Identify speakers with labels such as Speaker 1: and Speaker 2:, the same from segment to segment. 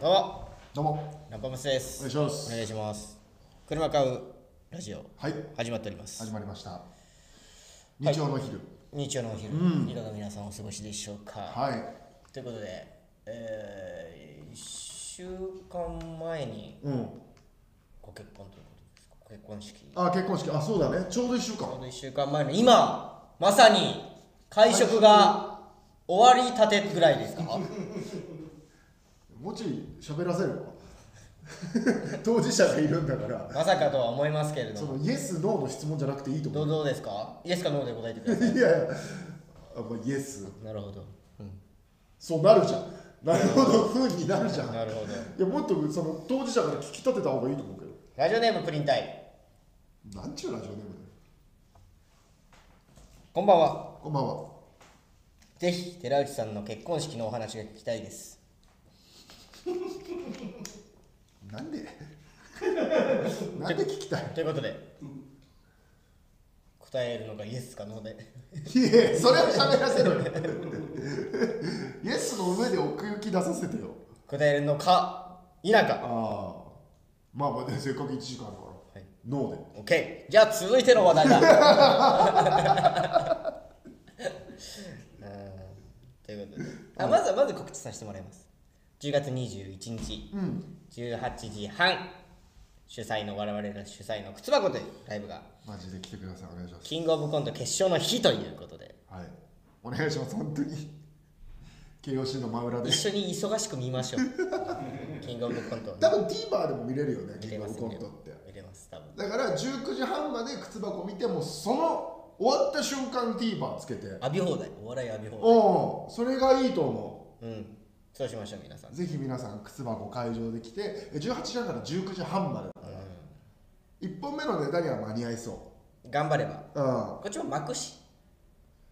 Speaker 1: どうも
Speaker 2: どうも
Speaker 1: ラパムスです
Speaker 2: お願いします
Speaker 1: お願いします車買うラジオ
Speaker 2: はい
Speaker 1: 始まっております
Speaker 2: 始まりました日曜の昼
Speaker 1: 日曜のお昼、いかが皆さんお過ごしでしょうか、
Speaker 2: はい、
Speaker 1: ということで、え1週間前に
Speaker 2: うん
Speaker 1: ご結婚ということですかご結婚式ち
Speaker 2: あ結婚式あそうだねちょうど1週間
Speaker 1: ょうど1週間前の今まさに会食が終わりたてぐらい ですか
Speaker 2: もうちょい喋らせるの 当事者がいるんだから
Speaker 1: まさかとは思いますけれど
Speaker 2: そ
Speaker 1: も
Speaker 2: のイエスノーの質問じゃなくていいと
Speaker 1: ど
Speaker 2: 思
Speaker 1: うど
Speaker 2: う
Speaker 1: うですかイエスかノーで答えてくださ
Speaker 2: いやいやあもうイエス
Speaker 1: いなるほど、
Speaker 2: そうなるじゃんなるほど風になるじゃんい
Speaker 1: なるほど
Speaker 2: やもっとその当事者から聞き立てた方がいいと思うけ
Speaker 1: ラジオネームプリンタイ
Speaker 2: どなんちゅうラジオネームだよ
Speaker 1: こんばんは
Speaker 2: こんばんは
Speaker 1: ぜひ寺内さんの結婚式のお話が聞きたいです
Speaker 2: なんで なんで聞きたい
Speaker 1: ということで答えるのがイエスかノーで
Speaker 2: いやそれは喋らせろよイエスの上で奥行き出させてよ
Speaker 1: 答えるのか否か
Speaker 2: ああまあまあねせっかく1時間あるから、
Speaker 1: はい
Speaker 2: ノーで
Speaker 1: オッケーじゃあ続いての話 題だうんということであまずはまず告知させてもらいます10月21日、18時半主催の我々の主催の靴箱というライブが
Speaker 2: マジで来てくださいお願いします
Speaker 1: キングオブコント決勝の日ということで
Speaker 2: はいお願いします本当に KOC の真裏で
Speaker 1: 一緒に忙しく見ま しょうキングオブコントをね
Speaker 2: 多分 TVer でも見れるよねキ
Speaker 1: 見れ
Speaker 2: ング
Speaker 1: ま
Speaker 2: オブ
Speaker 1: す
Speaker 2: コ
Speaker 1: 見
Speaker 2: ン
Speaker 1: れ
Speaker 2: ト
Speaker 1: ま
Speaker 2: って
Speaker 1: す見れます多分
Speaker 2: だから19時半まで靴箱見てもその終わった瞬間 TVer つけて
Speaker 1: 浴び放題お笑い浴び放
Speaker 2: おおそれがいいと思う
Speaker 1: 題うんそうしましょう皆さん
Speaker 2: ぜひ皆さん靴箱会場で来てえ18時半から19時半までだから、1本目のネタには間に合いそ
Speaker 1: 頑張れば
Speaker 2: う、う
Speaker 1: こ
Speaker 2: ん、
Speaker 1: っちも巻くし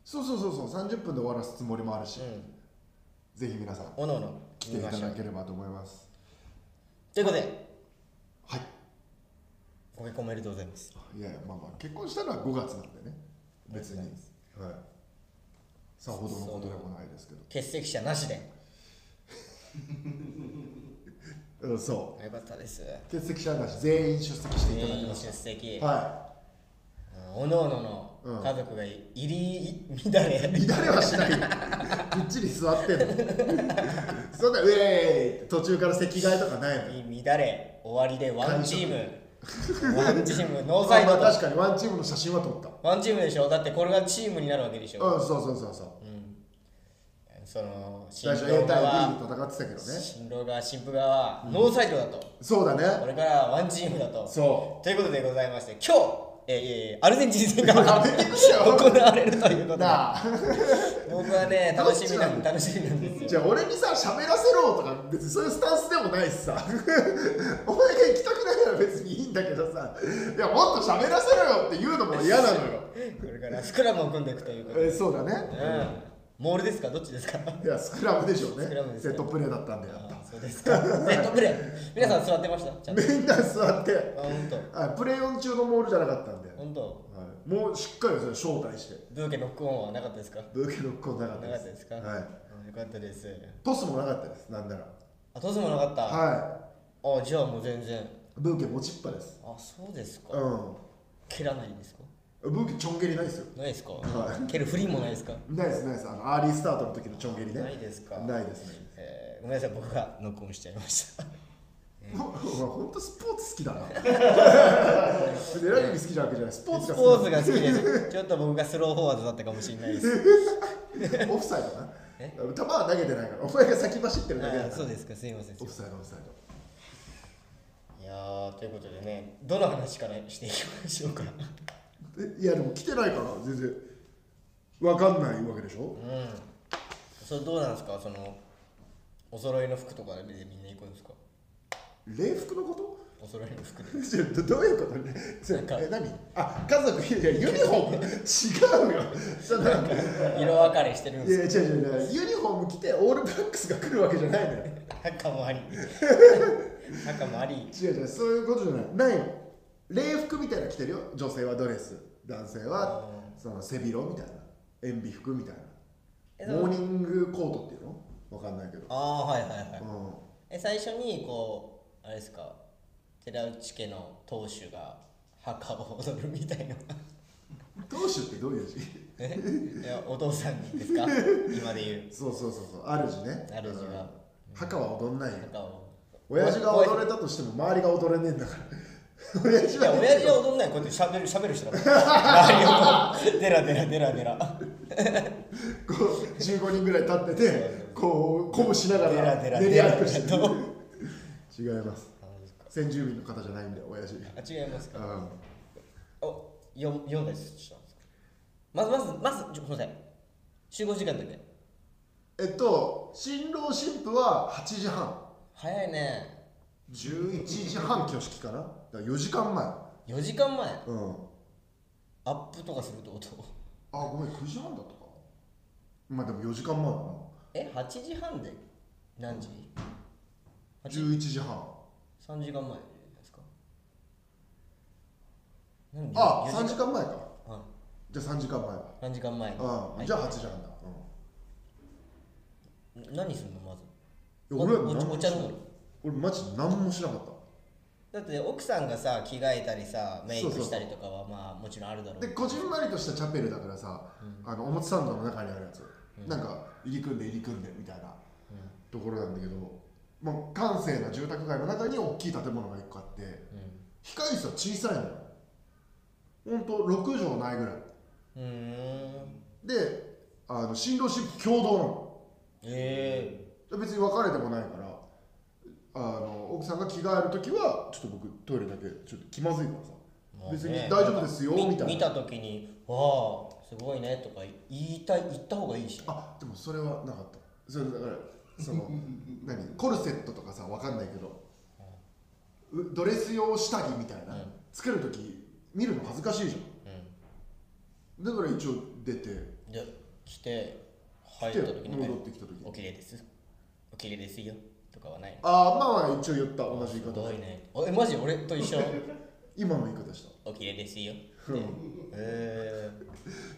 Speaker 2: そうそうそうそう30分で終わらすつもりもあるし、
Speaker 1: ん
Speaker 2: ぜひ皆さん
Speaker 1: おのおの
Speaker 2: 来て
Speaker 1: 見
Speaker 2: い
Speaker 1: ま
Speaker 2: た
Speaker 1: しょ
Speaker 2: だ
Speaker 1: う
Speaker 2: ければと思います
Speaker 1: ということで
Speaker 2: はい
Speaker 1: ご結婚おめでとうございます
Speaker 2: いやいやまあまあ結婚したのは5月なんでね別に
Speaker 1: あ
Speaker 2: は
Speaker 1: りがとうご
Speaker 2: い
Speaker 1: ざいます
Speaker 2: さほどのことでもないですけど
Speaker 1: 欠席者なしで
Speaker 2: うんそ
Speaker 1: よかったです
Speaker 2: う欠席者なし全員出席していた
Speaker 1: 全
Speaker 2: だき
Speaker 1: 員
Speaker 2: ま
Speaker 1: 出
Speaker 2: し
Speaker 1: 席、
Speaker 2: たは
Speaker 1: うんおのおの
Speaker 2: う
Speaker 1: の
Speaker 2: ん
Speaker 1: 家族が入り乱れ、
Speaker 2: い乱れはしないよきっちり座ってんのそんなウェーイって途中から席替えとかないのよ
Speaker 1: 乱れ終わりでワンチームワンチームノーサイ
Speaker 2: ま
Speaker 1: ドと
Speaker 2: あまあ確かにワンチームの写真は撮った。
Speaker 1: ワンチームでしょだってこれがチームになるわけでしょ、
Speaker 2: うん、そうそうそうそう。
Speaker 1: その新
Speaker 2: 最初
Speaker 1: 郎
Speaker 2: A 対 B
Speaker 1: 側
Speaker 2: で戦ってたけどね。
Speaker 1: 新郎側新婦側、ノーサイドだと
Speaker 2: そうだ
Speaker 1: こ
Speaker 2: ね。
Speaker 1: れからはワンチームだと
Speaker 2: そ
Speaker 1: ということでございまして今日えー、アルゼンチン戦が行われるということで
Speaker 2: なあ、
Speaker 1: 僕はね楽しみなん楽しみなんですよ
Speaker 2: じゃあ俺にさ、喋らせろとか、別にそういうスタンスでもないしさ。 お前が行きたくないなら別にいいんだけどさ、いや、もっと喋らせろよって言うのも嫌なのよ。
Speaker 1: これからスクラムを組んでいくと いうことで、
Speaker 2: えそうだ
Speaker 1: う
Speaker 2: ね。
Speaker 1: ん、モールですかどっちです か
Speaker 2: いや、スクラムでしょうね
Speaker 1: スクラム。です
Speaker 2: セ
Speaker 1: ね
Speaker 2: ットプレーだったんだよ。
Speaker 1: あそうですかセットプレー皆さん座ってましたちゃんと
Speaker 2: みんな座って、
Speaker 1: あ本当
Speaker 2: あプレーオン中のモールじゃなかったんで、はい
Speaker 1: 本当
Speaker 2: もうしっかりそれ招待して。
Speaker 1: ブーケノックオンはなかったですか
Speaker 2: ブーケノックオンなかった
Speaker 1: なかったですか、
Speaker 2: はい
Speaker 1: うんよかったです
Speaker 2: トスもなかったですなんなら
Speaker 1: あトスもなかった、
Speaker 2: は
Speaker 1: あじゃあもう全然
Speaker 2: いブーケ持ちっぱです
Speaker 1: あそうですか、
Speaker 2: う
Speaker 1: 蹴らないんですか
Speaker 2: んブーケちょん蹴りないですよ
Speaker 1: ないですか、
Speaker 2: は
Speaker 1: 蹴るフリーもないですか、
Speaker 2: ないですないですあのアーリースタートの時のちょん蹴りね
Speaker 1: ないですか
Speaker 2: ないですね
Speaker 1: えーごめんなさい僕がノックオンしちゃいました
Speaker 2: ほんとスポーツ好き だなでラグビー好きじゃなくてじゃないスポーツ
Speaker 1: ス
Speaker 2: が
Speaker 1: ポ
Speaker 2: 好
Speaker 1: ーツが好き ですちょっと僕がスローフォワードだったかもしれないです
Speaker 2: きだ オフサイドな球は投げてないからお前が先走ってるだけだ
Speaker 1: あ
Speaker 2: か
Speaker 1: そ
Speaker 2: ら
Speaker 1: うですかすいません
Speaker 2: オフサイドオフサイド
Speaker 1: いやーということでねどの話からしていきましょうか
Speaker 2: えいやでも来てないから全然わかんないわけでしょ
Speaker 1: うんそれどうなんですかそのお揃いの服とかでみんな行くんですか
Speaker 2: 礼服のこと
Speaker 1: お揃いの服で
Speaker 2: ちょどどういうことねそれ
Speaker 1: なんか
Speaker 2: え何あ家族いやユニフォーム違うよそのい
Speaker 1: 色分かれしてるん
Speaker 2: や
Speaker 1: です
Speaker 2: 違う違う違うユニフォーム着てオールブラックスが来るわけじゃないのよ
Speaker 1: か赤もあり赤もあり
Speaker 2: 違う違うそういうことじゃないないの礼服みたいなの着てるよ女性はドレス男性はその背広みたいな塩ビ服みたい
Speaker 1: え
Speaker 2: なモーニングコートっていうのわかんないけど
Speaker 1: ああはいはいはい
Speaker 2: うん
Speaker 1: え最初にこうあれですか寺内家の当主が墓を踊るみた いな
Speaker 2: 当主ってどういう字
Speaker 1: えいやお父さんにですか今で言う
Speaker 2: そうそうそうそう主ね
Speaker 1: 主が
Speaker 2: うん墓は踊んないよ
Speaker 1: 墓を
Speaker 2: 親父が踊れたとしても周りが踊れねえんだから 親父
Speaker 1: いや
Speaker 2: は
Speaker 1: 親父は踊んないこうやってしゃべるしゃべる人だ から周りをこうデラデラデラデラ
Speaker 2: こう15人ぐらい立っててこう鼓舞しなが
Speaker 1: デラ
Speaker 2: ら
Speaker 1: デラ
Speaker 2: 練
Speaker 1: デ
Speaker 2: り
Speaker 1: ラ
Speaker 2: 歩
Speaker 1: デ
Speaker 2: くし
Speaker 1: ラ
Speaker 2: て
Speaker 1: と
Speaker 2: 違います先住民の方じゃないんだよ親父うん
Speaker 1: あ違いますかおよ読んだりしたんですかまずまずまずちょごめんなさい集合時間だけ
Speaker 2: えっと新郎新婦は8時半
Speaker 1: 早いね
Speaker 2: 11時半挙式かなだから4時間前
Speaker 1: 4時間前
Speaker 2: うんあ
Speaker 1: アップとかするってこと
Speaker 2: ごめん9時半だったかまあでも4時間前かな
Speaker 1: え8時半で何時8
Speaker 2: 11時半
Speaker 1: 3時間前ですかなんで
Speaker 2: あ
Speaker 1: 4
Speaker 2: 3時間前か
Speaker 1: うん
Speaker 2: じゃあ3時間前だ
Speaker 1: 3時間前に、
Speaker 2: う
Speaker 1: は
Speaker 2: ん
Speaker 1: い
Speaker 2: じゃあ8時半だうん
Speaker 1: 何すんのまず
Speaker 2: いや俺は
Speaker 1: お
Speaker 2: 何
Speaker 1: お
Speaker 2: も
Speaker 1: お茶
Speaker 2: しな
Speaker 1: 飲
Speaker 2: い
Speaker 1: むの
Speaker 2: 俺マジ何もしなかった
Speaker 1: だって奥さんがさ着替えたりさメイ
Speaker 2: そ
Speaker 1: ク
Speaker 2: うそう
Speaker 1: したりとかはまあもちろんあるだろう
Speaker 2: でこじんまりとしたチャペルだからさ、あのおもちサンドの中にあるやつ、なんか入り組んで入り組んでみたいなところなんだけど、まあ、閑静な住宅街の中に大きい建物が1個あって控室は小さいのよほんと6畳ないぐらい
Speaker 1: うんうーん
Speaker 2: であの新郎新婦共同な
Speaker 1: え
Speaker 2: の別に別れてもないからあの奥さんが着替える時はちょっと僕トイレだけちょっと気まずいからさ
Speaker 1: えまあね
Speaker 2: 別に大丈夫ですよみたいな
Speaker 1: 見た時に「わあすごいね」とか言いたい言った方がいいし
Speaker 2: あでもそれはなかったそれだからその何コルセットとかさわかんないけどうドレス用下着みたいな、
Speaker 1: うん
Speaker 2: つける時見るの恥ずかしいじ
Speaker 1: う
Speaker 2: ゃんだから一応出て
Speaker 1: んで来て入
Speaker 2: 来
Speaker 1: ってた時に
Speaker 2: 戻っ
Speaker 1: ね
Speaker 2: てきた時
Speaker 1: 「おきれいです」「おきれいですよ」とかはない
Speaker 2: ああまあまあ一応言った同じ言い
Speaker 1: すご
Speaker 2: 方
Speaker 1: いねあえマジ俺と一緒
Speaker 2: 今の言い方した
Speaker 1: おきれいですよ
Speaker 2: うん
Speaker 1: え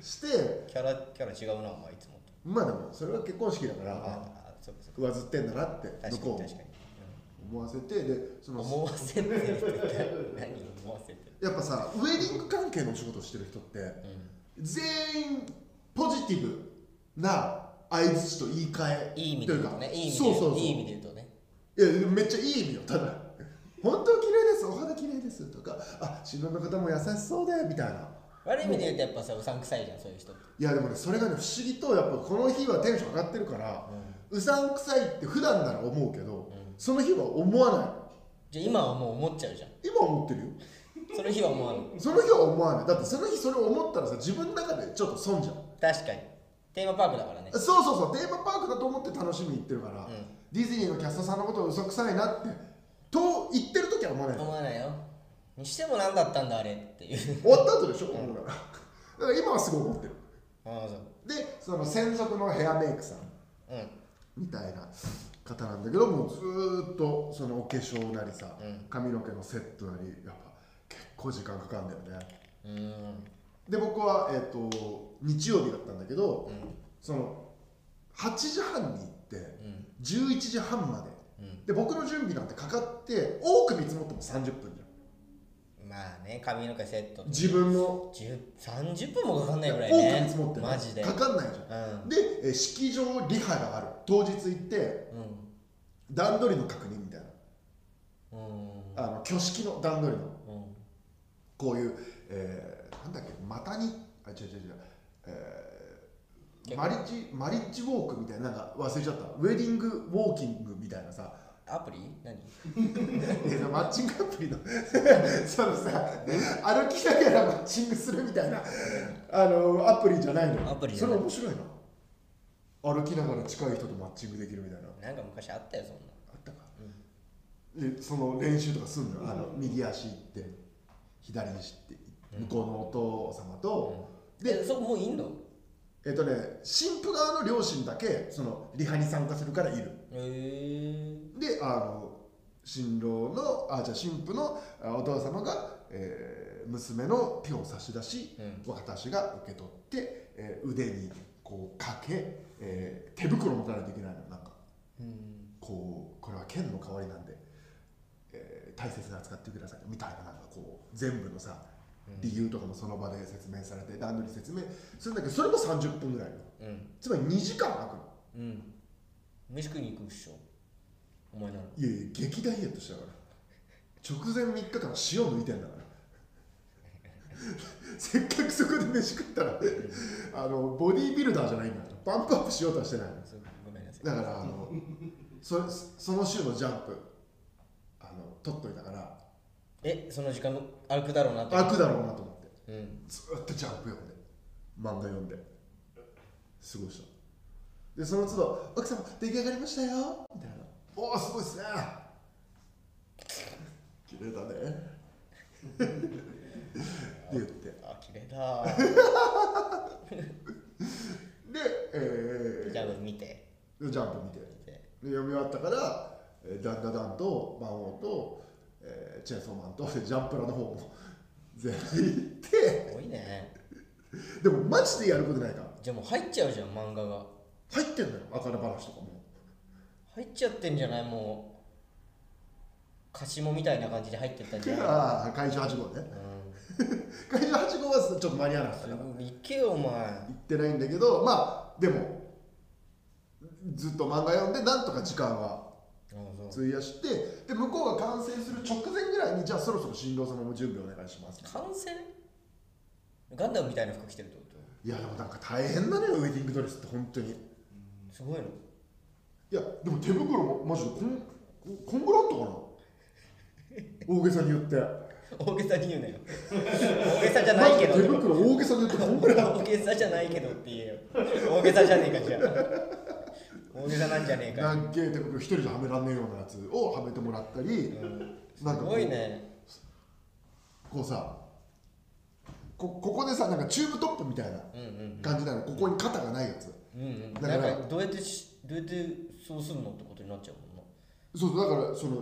Speaker 2: して
Speaker 1: ー、キャラキャラ違うなお前いつもと
Speaker 2: まあでもそれは結婚式だからあ
Speaker 1: ああそうかそうか
Speaker 2: 上ずってんだなって
Speaker 1: 確
Speaker 2: 向
Speaker 1: か
Speaker 2: こ
Speaker 1: に
Speaker 2: う
Speaker 1: 確か
Speaker 2: も
Speaker 1: に
Speaker 2: 思わせてでそ
Speaker 1: うん
Speaker 2: の
Speaker 1: 思わせてるって何何思わせてる
Speaker 2: やっぱさウェディング関係のお仕事してる人って
Speaker 1: うん
Speaker 2: 全員ポジティブな相づちと言い換え
Speaker 1: いい意味で言うとねいい意味で
Speaker 2: そうそうそう
Speaker 1: いい意味で言うとね
Speaker 2: いやでもめっちゃいい意味よただ本当綺麗ですお肌綺麗ですとかあ新郎の方も優しそうでみたいな
Speaker 1: 悪い意味で言うとやっぱさうさんくさいじゃんそういう人って
Speaker 2: いやでもねそれがね不思議とやっぱこの日はテンション上がってるからうさんくさいって普段なら思うけど、その日は思わな
Speaker 1: じゃあ今はもう思っちゃうじゃん
Speaker 2: い今思ってるよ
Speaker 1: その日は思わん
Speaker 2: その日は思わないだってその日それを思ったらさ自分の中でちょっと損じゃん
Speaker 1: 確かにテーマパークだからね
Speaker 2: そうそうそうテーマパークだと思って楽しみに行ってるから、
Speaker 1: うん
Speaker 2: ディズニーのキャストさんのことを嘘くさいなってと言ってる時は思わない
Speaker 1: 思わないよにしても何だったんだあれっていう
Speaker 2: 終わった後でしょ思うからだから今はすごい思ってる
Speaker 1: ああそ
Speaker 2: でその専属のヘアメイクさん
Speaker 1: ううん
Speaker 2: みたいな方なんだけどもうずーっとそのお化粧なりさ、
Speaker 1: うん
Speaker 2: 髪の毛のセットなりやっぱ結構時間かかるんだよね
Speaker 1: うーん
Speaker 2: で僕は、えっと日曜日だったんだけど、
Speaker 1: う
Speaker 2: その8時半に行って
Speaker 1: ん
Speaker 2: 11時半まで
Speaker 1: うん
Speaker 2: で僕の準備なんてかかって多く見積もっても30分じゃ
Speaker 1: うんまあね髪の毛セット
Speaker 2: ん自分も
Speaker 1: 10 30分もかかんない
Speaker 2: 多
Speaker 1: ぐ
Speaker 2: く
Speaker 1: らいね
Speaker 2: 見積もっても
Speaker 1: マジで
Speaker 2: かかんないじゃん
Speaker 1: うん
Speaker 2: で、えー式場リハがある当日行って
Speaker 1: うん
Speaker 2: 段取りの確認みたいな
Speaker 1: うん
Speaker 2: あの挙式の段取り
Speaker 1: う
Speaker 2: の
Speaker 1: ん
Speaker 2: こういう、えーなんだっけマタニあ違う違う違う、えーマリッジマリッジウォークみたいななんか忘れちゃったウェディングウォーキングみたいなさ
Speaker 1: アプリ何
Speaker 2: いやマッチングアプリの そのさ歩きながらマッチングするみたいなあのアプリじゃないのよ
Speaker 1: アプリじ
Speaker 2: そ
Speaker 1: ゃな
Speaker 2: れ
Speaker 1: い
Speaker 2: 面白いな歩きながら近い人とマッチングできるみたいな
Speaker 1: なんか昔あったよそんな
Speaker 2: あったか、でその練習とかすんのよあの右足行って左足行って向こうのお父様と、
Speaker 1: で
Speaker 2: で
Speaker 1: そこもういんの
Speaker 2: えっとね新婦側の両親だけそのリハに参加するからいる
Speaker 1: へえ
Speaker 2: であの新郎のあじゃあ新婦のあお父様が、えー娘の手を差し出し、
Speaker 1: う
Speaker 2: 私が受け取って、えー腕にこうかけ、えー手袋持たないといけないのなんか
Speaker 1: うん
Speaker 2: ここうこれは剣の代わりなんで、えー大切に扱ってくださいみたいななんかこう全部のさ理由とかもその場で説明されて段取り説明するんだけどそれも30分ぐらいよ
Speaker 1: うん
Speaker 2: つまり2時間空くの
Speaker 1: うん飯食いに行くっしょお前なら
Speaker 2: いやいや劇ダイエットしたから直前3日間塩抜いてんだから せっかくそこで飯食ったらあのボディービルダーじゃないんだからパンプアップしようとはしてないの
Speaker 1: そうごめんなさい
Speaker 2: だからあのそその週のジャンプあの取っといたから
Speaker 1: えその時間歩くだろうなと
Speaker 2: 開くだろうなと思っ
Speaker 1: う
Speaker 2: て
Speaker 1: ん
Speaker 2: ずーっとジャンプ読んで漫画読んで過ごしたでその都度「奥様出来上がりましたよ」みたいな「おおすごいっすね」綺麗だねって言ってで、
Speaker 1: あ綺麗だ
Speaker 2: え
Speaker 1: じゃあ見て
Speaker 2: ー、ジャンプ見て
Speaker 1: 見て
Speaker 2: で読み終わったから、えーダンダダンと魔王と、えーチェーンソーマンとでジャンプラの方も全部行って
Speaker 1: 多いね
Speaker 2: でもマジでやることないから
Speaker 1: じゃあもう入っちゃうじゃん漫画が
Speaker 2: 入ってんのよ赤の話とかも
Speaker 1: 入っちゃってんじゃないもうカシモみたいな感じで入ってったんじゃな
Speaker 2: ああ怪獣8号ね
Speaker 1: いうん
Speaker 2: 怪獣8号はちょっと間に合わなかったから行
Speaker 1: すごい行けよお前
Speaker 2: ってないんだけどまあでもずっと漫画読んでなんとか時間は
Speaker 1: あそう
Speaker 2: 費やしてで向こうが完成する直前ぐらいにじゃあそろそろ新郎様も準備お願いします
Speaker 1: 感染ガンダムみたいな服着てるってこと
Speaker 2: いやでもなんか大変だねウェディングドレスって本当に
Speaker 1: すごいの
Speaker 2: いやでも手袋もマジでこんこんぐらいあったかな大げさに言って
Speaker 1: 大げさに 言うなよ大げさ じゃないけど
Speaker 2: マジで手袋大げさに言ってこんぐらいあった
Speaker 1: 大げさじゃないけどって言えよ大げさじゃねえかじゃあ大げさなんじゃねえか
Speaker 2: なんけ手袋一人じゃはめらんねえようなやつをはめてもらったり、
Speaker 1: す
Speaker 2: なんかこ
Speaker 1: ご
Speaker 2: う
Speaker 1: いね
Speaker 2: こうさこここでさなんかチューブトップみたいな
Speaker 1: うんうん
Speaker 2: 感じなのここに肩がないやつ
Speaker 1: うんうん
Speaker 2: だか
Speaker 1: な
Speaker 2: ら
Speaker 1: んかどうやってしどうやってそうするのってことになっちゃうもんな
Speaker 2: そうそうだからその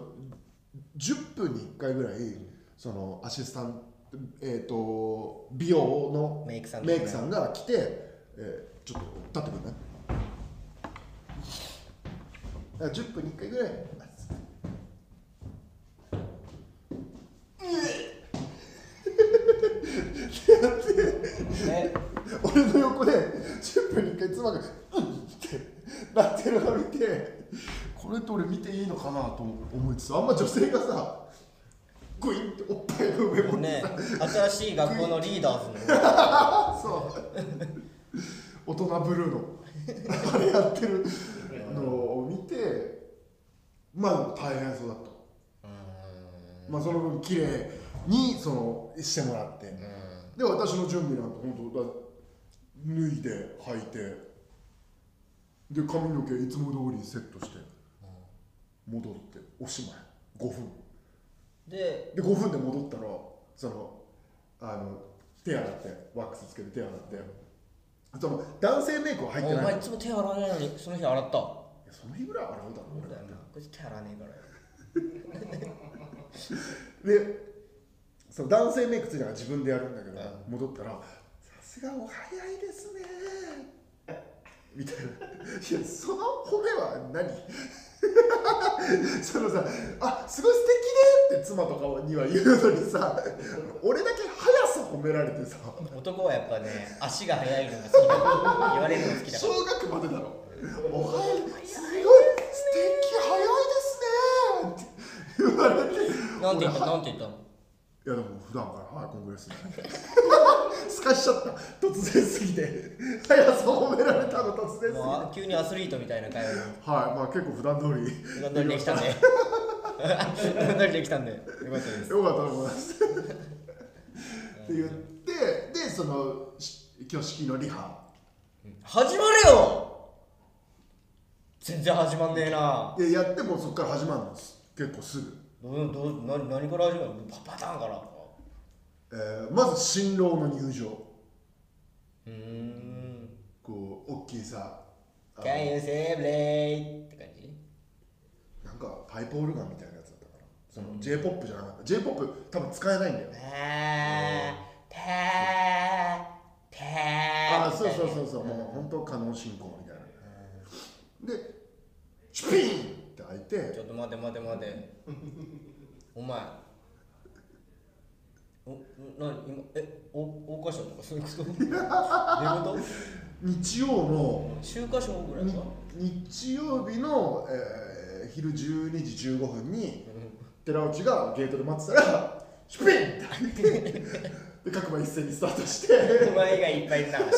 Speaker 2: 10分に1回ぐらいそのアシスタントえっ、と美容の
Speaker 1: メイクさんとか
Speaker 2: メ
Speaker 1: ね
Speaker 2: イクさんが来て、えーちょっと立ってくるねだから10分に1回ぐらい
Speaker 1: ね
Speaker 2: 俺の横で10分に1回妻が「うん」ってなってるのを見てこれって俺見ていいのかなと思いつつあんま女性がさグインっておっぱいの上も
Speaker 1: ね新しい学校のリーダーズの
Speaker 2: そう大人ブルーのあれやってるのを見てまあ大変そうだった、
Speaker 1: うーん
Speaker 2: まあ、その分綺麗にそのしてもらって、
Speaker 1: うん
Speaker 2: で私の準備なんて本当だ脱いで履いてで髪の毛いつも通りセットして戻っておしまい5分
Speaker 1: で
Speaker 2: で5分で戻ったらそのあの手洗ってワックスつけて手洗ってその男性メイクは入って
Speaker 1: お
Speaker 2: ない
Speaker 1: 前いつも手洗わないのにその日洗った
Speaker 2: いやその日ぐらい洗うだろ
Speaker 1: そうだよなこいつ手洗わねえからよ
Speaker 2: 俺でその男性メイクついたから自分でやるんだけど、戻ったら「さすがお早いですね」 みたいな「いやその褒めは何? 」そのさ「あすごい素敵ね」って妻とかには言うのにさ俺だけ速さ褒められてさ
Speaker 1: 男はやっぱね足が速いのが好きだ言われるのが好きだか
Speaker 2: 小学までだろおはようすごい素敵早いですねって言われて
Speaker 1: らなんて言った
Speaker 2: 俺は
Speaker 1: なんて言ったの
Speaker 2: いやでも普段からはいこんぐらいですね すかしちゃった突然すぎて 速さ褒められたの突然すぎてはい
Speaker 1: まあ、急にアスリートみたいな会話
Speaker 2: まあ結構普段通り
Speaker 1: に乗りでき たんで乗りできたんでよかったです
Speaker 2: よかったと思いますって言ってでそのし挙式のリハ
Speaker 1: 始まれよ全然始まんねえな
Speaker 2: でやってもうそこから始まるんです結構すぐ、
Speaker 1: どうどう何何から始まるのパパターンから
Speaker 2: えーまず新郎の入場
Speaker 1: うーん
Speaker 2: こう大きいさあの
Speaker 1: Can you save late? って感じ
Speaker 2: なんかパイプオルガンみたいなやつだったからその j p o p じゃなかった j p o p 多分使えないんだよ
Speaker 1: パ
Speaker 2: ね
Speaker 1: ーパーパー
Speaker 2: ああそうそうそうそうもう本当カノン進行みたいなでシュピーンって開いて
Speaker 1: ちょっ
Speaker 2: て
Speaker 1: と待て待て待てお前おなに今えお大花賞とかそういうことどういうこ
Speaker 2: 日曜の
Speaker 1: と中華賞ぐらい
Speaker 2: に
Speaker 1: か
Speaker 2: 日曜日の、えー昼12時15分に寺内がゲートで待ってたらシュピンって入ってで各馬一斉にスタートして
Speaker 1: お前がいっぱいいるな新郎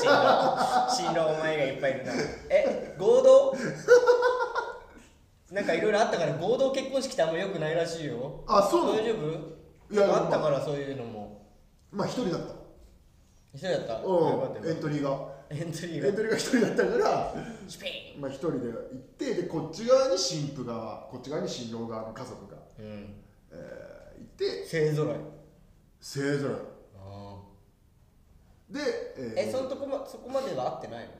Speaker 1: 新郎お前がいっぱいいるなえ合同なんかいろいろあったから合同結婚式ってあんまよくないらしいよ
Speaker 2: あそうなの
Speaker 1: 大丈夫
Speaker 2: いや
Speaker 1: あったからそういうのも
Speaker 2: まあ一人だった
Speaker 1: 一人だったよかっ
Speaker 2: う
Speaker 1: たよ
Speaker 2: んエントリーが
Speaker 1: エントリ
Speaker 2: エン
Speaker 1: ー
Speaker 2: ト
Speaker 1: が
Speaker 2: リーが一人だったから
Speaker 1: シュピ
Speaker 2: まあ一人で行ってでこっち側に新婦側こっち側に新郎側の家族が、
Speaker 1: ンうん
Speaker 2: えーいて
Speaker 1: 勢ぞろい
Speaker 2: 勢ぞろい
Speaker 1: ああ
Speaker 2: でえ
Speaker 1: えそのとこまそこまでは会ってないの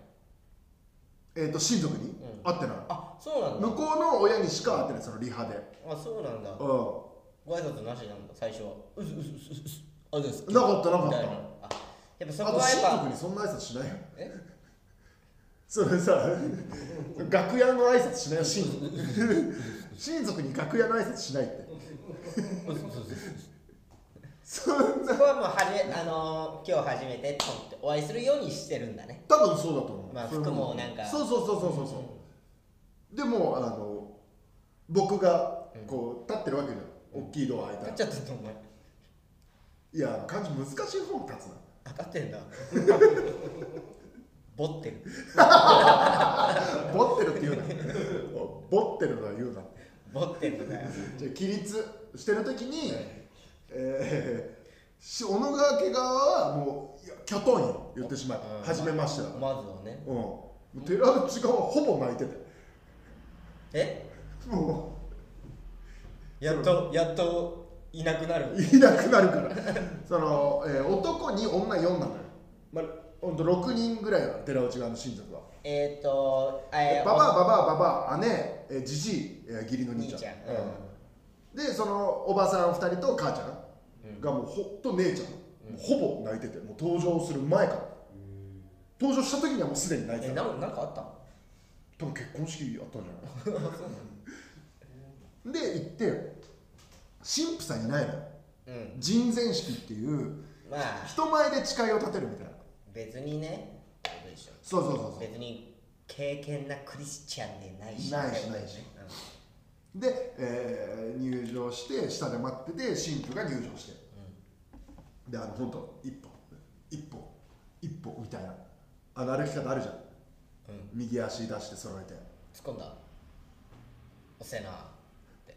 Speaker 2: えーと親族に
Speaker 1: うん
Speaker 2: 会ってない、
Speaker 1: あそうなんだ
Speaker 2: 向こうの親にしか会ってないそのリハで
Speaker 1: あそうなんだ
Speaker 2: う
Speaker 1: ご挨拶なしなんだ最初はうすうすうすうすあです
Speaker 2: なかったなかった
Speaker 1: みいあやっぱそ
Speaker 2: んあ
Speaker 1: ことはやっ
Speaker 2: 親族
Speaker 1: ぱ
Speaker 2: にそんな挨拶しないよ
Speaker 1: え
Speaker 2: そ れさ楽屋の挨拶しないよ親族 親族に楽屋の挨拶しないって
Speaker 1: うすうすうす
Speaker 2: そん
Speaker 1: そこはもうはじめ、あのー、今日初めてと思ってお会いするようにしてるんだね
Speaker 2: 多分そうだと思う、
Speaker 1: まあ
Speaker 2: それ
Speaker 1: 服もなんか
Speaker 2: そうそうそうそうそうそう、でもあの僕がこう立ってるわけじゃん、大きいドア開いた
Speaker 1: 立
Speaker 2: ら
Speaker 1: っちゃったと思う
Speaker 2: いや漢字難しい方に立つな
Speaker 1: 当たってんだボってる
Speaker 2: ボッテルって言うな ボッテルは言うな
Speaker 1: ボってるんだよ
Speaker 2: じゃあ起立してる時に、えーし小野川家側はもういやキョトンよ言ってしまい
Speaker 1: うん
Speaker 2: 初めましてだから
Speaker 1: まずはね
Speaker 2: うん寺内側はほぼ泣いてて
Speaker 1: え
Speaker 2: も
Speaker 1: やっとやっといなくなる
Speaker 2: ういなくなるからその、えー男に女4なのよまあほんと6人ぐらいは寺内側の親族は
Speaker 1: えっ、ー、とあ
Speaker 2: ババアババアババア姉えーじじいえー義理の
Speaker 1: お兄
Speaker 2: 兄ちゃん
Speaker 1: ちゃん、
Speaker 2: うんでそのおばさん2人と母ちゃんがもうほっと姉ちゃん、ほぼ泣いててもう登場する前から登場した時にはもうすでに泣い
Speaker 1: え
Speaker 2: て
Speaker 1: な
Speaker 2: た
Speaker 1: んなんかあったの
Speaker 2: 多分結婚式あったんじゃない で行って神父さんいないのよ
Speaker 1: うん
Speaker 2: 人前式っていう
Speaker 1: まあ
Speaker 2: 人前で誓いを立てるみたいな
Speaker 1: 別にねどうでしょ
Speaker 2: そうそうそう
Speaker 1: う
Speaker 2: そう
Speaker 1: 別に経験なクリスチャンでないし
Speaker 2: ないしないしで、えー入場して下で待ってて神父が入場して、であの本当一歩一歩一歩みたいなあの歩き方あるじゃん
Speaker 1: うん、うん、
Speaker 2: 右足出して揃えて
Speaker 1: 突っ込んだ遅えなって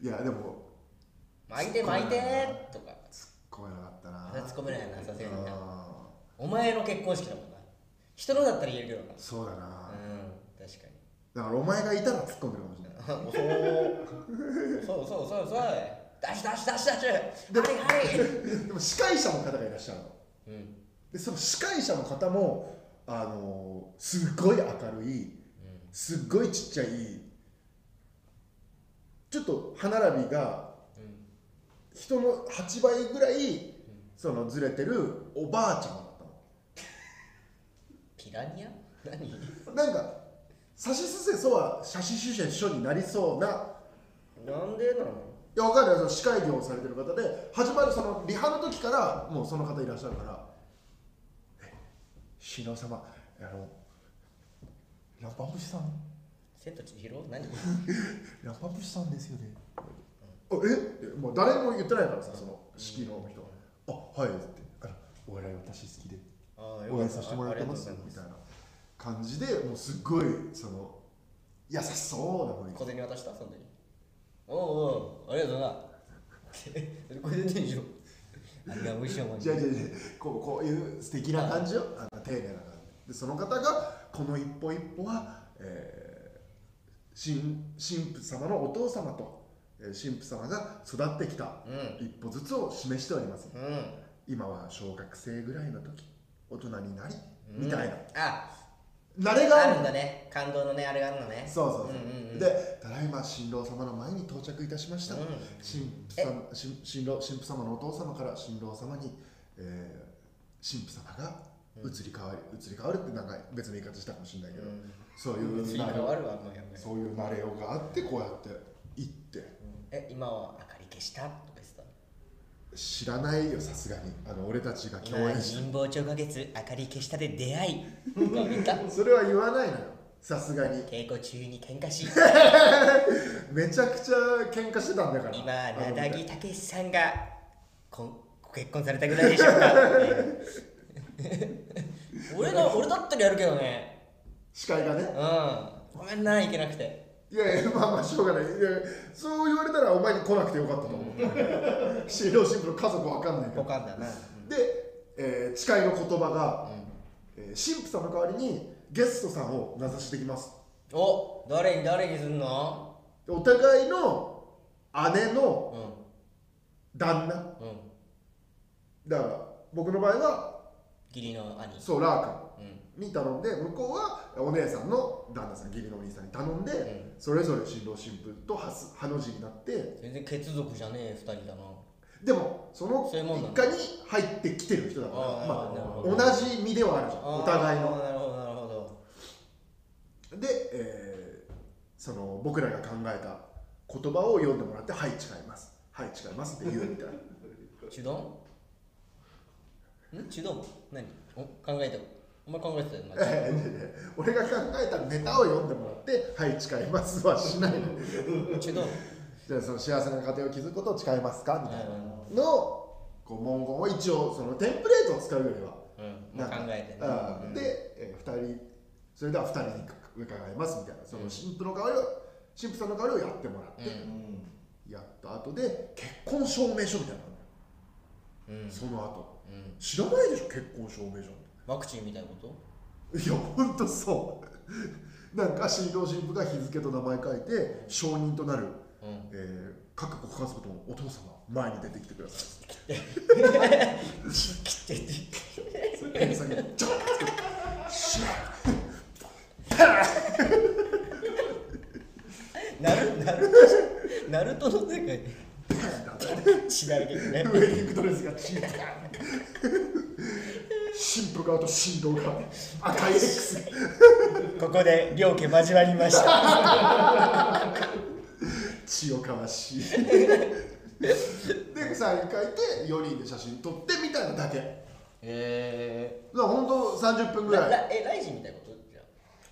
Speaker 2: いやでも
Speaker 1: 巻いて巻いてとか
Speaker 2: こういうのがあったな
Speaker 1: あれ突っ込めないなさすがにな
Speaker 2: あ
Speaker 1: お前の結婚式だもんな人のだったら言えるけどな
Speaker 2: ーそうだな
Speaker 1: うん確かに
Speaker 2: だからお前がいたら突っ込んでるかもしれない
Speaker 1: 遅ーそうそうそうそう出し出し出し出しはいはい
Speaker 2: でも司会者の方がいらっしゃるの
Speaker 1: うん
Speaker 2: でその司会者の方もあのーすっごい明るいすっごいちっちゃいちょっと歯並びが
Speaker 1: うん
Speaker 2: 人の8倍ぐらいそのずれてるおばあちゃんだったの
Speaker 1: ピラニア何
Speaker 2: なんかさしすせそは写真主者書になりそうな
Speaker 1: なんでなの
Speaker 2: いやわかんないその司会業をされてる方で始まるそのリハの時からもうその方いらっしゃるから「え志乃様あのラパンプシさん
Speaker 1: 千と千尋何
Speaker 2: ラパンプシさんですよね」あえってもう誰も言ってないからさその式の人は「あはい」ってあの「お笑い私好きで
Speaker 1: あ
Speaker 2: 応援させてもらってます」
Speaker 1: ありがとう
Speaker 2: み
Speaker 1: ござ
Speaker 2: た
Speaker 1: い
Speaker 2: いな感じでもうすっごいその優しそうな
Speaker 1: ま
Speaker 2: 雰
Speaker 1: 小
Speaker 2: 囲
Speaker 1: 銭渡したその時おうおうありがとうな ってこれ出てんでしょあれが美味しいもん
Speaker 2: 気じゃあじゃあじゃあこうこういう素敵な感じよあの丁寧な感じでその方がこの一歩一歩は、えー、新神父様のお父様とえー神父様が育ってきた
Speaker 1: うん
Speaker 2: 一歩ずつを示しております
Speaker 1: うん
Speaker 2: 今は小学生ぐらいの時大人になりみたい
Speaker 1: あ
Speaker 2: な、慣れがあ
Speaker 1: あ
Speaker 2: る
Speaker 1: るんだね感動のねあれがあるのね
Speaker 2: そうそうそう,、
Speaker 1: んんうん
Speaker 2: でただいま新郎様の前に到着いたしました、
Speaker 1: うん
Speaker 2: 新婦さん新新郎新婦様のお父様から新郎様に、えー、新婦様が移り変わり移り変わるってなんか別の言い方したかもしれないけど、
Speaker 1: うん
Speaker 2: そうい
Speaker 1: 移
Speaker 2: う
Speaker 1: り変わるわもうやめ
Speaker 2: そういう慣れようがあってこうやって行って
Speaker 1: え今は明かり消したとか言ってた
Speaker 2: 知らないよさすがにあの俺たちが共
Speaker 1: 今
Speaker 2: 演し
Speaker 1: 神保町花月明かり消したで出会い今見 た
Speaker 2: たそれは言わないのよさすがに
Speaker 1: 稽古中に喧嘩し
Speaker 2: めちゃくちゃ喧嘩してたんだから
Speaker 1: 今
Speaker 2: あの
Speaker 1: なだぎたけしさんがこんご結婚されたぐらいでしょう か俺の俺だったらやるけどね
Speaker 2: 司会がね
Speaker 1: うんごめんないけなくて
Speaker 2: いやいやまあまあしょうがないいやそう言われたらお前に来なくてよかったと思う新郎新婦の家族わかんないか
Speaker 1: ポ
Speaker 2: ら
Speaker 1: カンだな、
Speaker 2: で、えー誓いの言葉が、えー神父さんの代わりにゲストさんを名指してきます
Speaker 1: お誰に誰にすんの
Speaker 2: でお互いの姉の
Speaker 1: うん
Speaker 2: 旦那
Speaker 1: うん
Speaker 2: だから僕の場合は
Speaker 1: 義理の兄
Speaker 2: そうラーカン
Speaker 1: うん
Speaker 2: に頼んで向こうはお姉さんの旦那さん義理のお兄さんに頼んで、
Speaker 1: う
Speaker 2: それぞれ新郎新婦とはすハの字になって
Speaker 1: 全然血族じゃねえ二人だな
Speaker 2: でもその
Speaker 1: そういうもんな
Speaker 2: 一
Speaker 1: の
Speaker 2: 家に入ってきてる人だから
Speaker 1: あー
Speaker 2: ま
Speaker 1: なる
Speaker 2: あ、
Speaker 1: ほ
Speaker 2: 同
Speaker 1: ど
Speaker 2: じ身ではあるじゃんお互い
Speaker 1: あ
Speaker 2: の
Speaker 1: ーなるほどなるほど
Speaker 2: で、えーその僕らが考えた言葉を読んでもらって「はい違います」「はい違います」って言うみたいな
Speaker 1: チュドンんチュドン何お考えたお前考えてたよな
Speaker 2: えーねえねえ俺が考えたネタを読んでもらって「はい違います」はしないの
Speaker 1: チュドン
Speaker 2: じゃあその幸せな家庭を築くことを誓いますかみたいなのこう文言を一応そのテンプレートを使うよりは
Speaker 1: うんも
Speaker 2: な
Speaker 1: うん考
Speaker 2: か
Speaker 1: えて
Speaker 2: あー
Speaker 1: ね
Speaker 2: で、えー、2人それでは2人に伺いますみたいなその神父の代わりを神父さんの代わりをやってもらって、
Speaker 1: うん
Speaker 2: やった後で結婚証明書みたいなのがあ
Speaker 1: うんうん
Speaker 2: るのよその後
Speaker 1: うん
Speaker 2: 知らないでしょ結婚証明書
Speaker 1: ワクチンみたいなこと
Speaker 2: いやほんとそう なんか新郎新婦が日付と名前書いて証人となる、
Speaker 1: うん
Speaker 2: えー各ご家族ともお父様前に出てきてください
Speaker 1: 切ってって
Speaker 2: ペン先にジョンってシュ
Speaker 1: なるなるナルトの世界血だらけでね
Speaker 2: ッウェディングドレスがチーズ新婦側と新郎側赤い X
Speaker 1: ここで両家交わりました
Speaker 2: 血を交わしでサイン書いて4人で写真撮ってみたいなだけだか
Speaker 1: へ
Speaker 2: らほんと30分
Speaker 1: え
Speaker 2: ぐらい
Speaker 1: えライジンみたいなことじゃ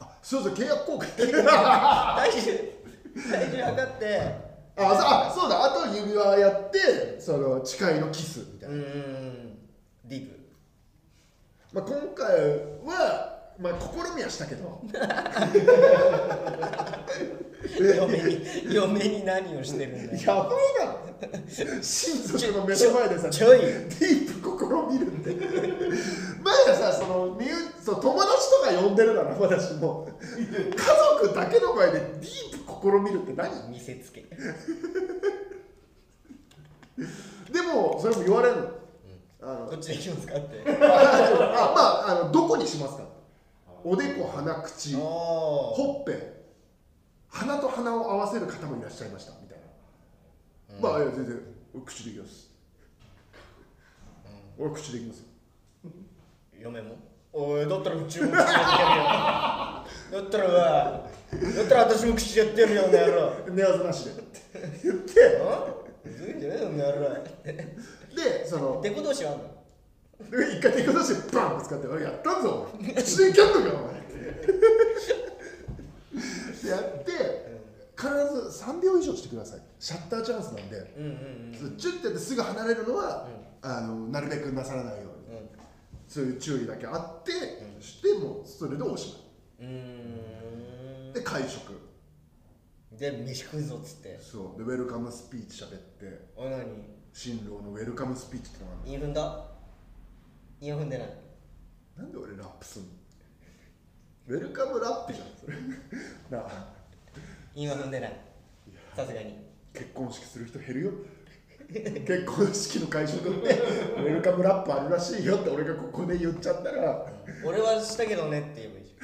Speaker 1: ん
Speaker 2: あそうそう契約更改
Speaker 1: 体重体重測って
Speaker 2: あそうあそうだあと指輪やってその誓いのキスみたいうな、
Speaker 1: ーんディープ
Speaker 2: まあ、今回は、まあ、試みはしたけど
Speaker 1: 嫁に嫁に何をしてるんだよ
Speaker 2: やばいな親族の目の前でさ
Speaker 1: ちょい
Speaker 2: ディープ試みるって前はさその身内そう友達とか呼んでるならまだしも家族だけの前でディープ試みるって何
Speaker 1: 見せつけ
Speaker 2: でもそれも言われるの,、あの
Speaker 1: どっちで行きますかって
Speaker 2: あまああのどこにしますかおでこ鼻口
Speaker 1: おお
Speaker 2: ほっぺ鼻と鼻を合わせる方もいらっしゃいましたみたいな、まあいや全然俺口できます、俺口できますよ
Speaker 1: 嫁もおいだったらうちも口やってやるよだったらはだったら私も口やってやるよこの野 郎
Speaker 2: 寝技なしで言って
Speaker 1: うんずるいんじゃねえよこの野郎
Speaker 2: でその
Speaker 1: デコ同士はあんの
Speaker 2: 一回手下してバンぶつかって「俺やったんぞお前口でいけんのかお前」ってやって必ず3秒以上してくださいシャッターチャンスなんで、
Speaker 1: うんうんうん
Speaker 2: チュッてやってすぐ離れるのは、あのなるべくなさらないように、
Speaker 1: うん
Speaker 2: そういう注意だけあって、してもうそれでおし
Speaker 1: うー
Speaker 2: まいで会食
Speaker 1: んで飯食うぞっつって
Speaker 2: そうでウェルカムスピーチ喋って
Speaker 1: お何
Speaker 2: 新郎のウェルカムスピーチってのがあるの
Speaker 1: インフンだインフンでない
Speaker 2: なんで俺ラップすんのウェルカムラップじゃんそれ なあ
Speaker 1: インは踏んでないさすがに
Speaker 2: 結婚式する人減るよ結婚式の会食ってウェルカムラップあるらしいよって俺がここで言っちゃったら
Speaker 1: 俺はしたけどねって言えばいいじ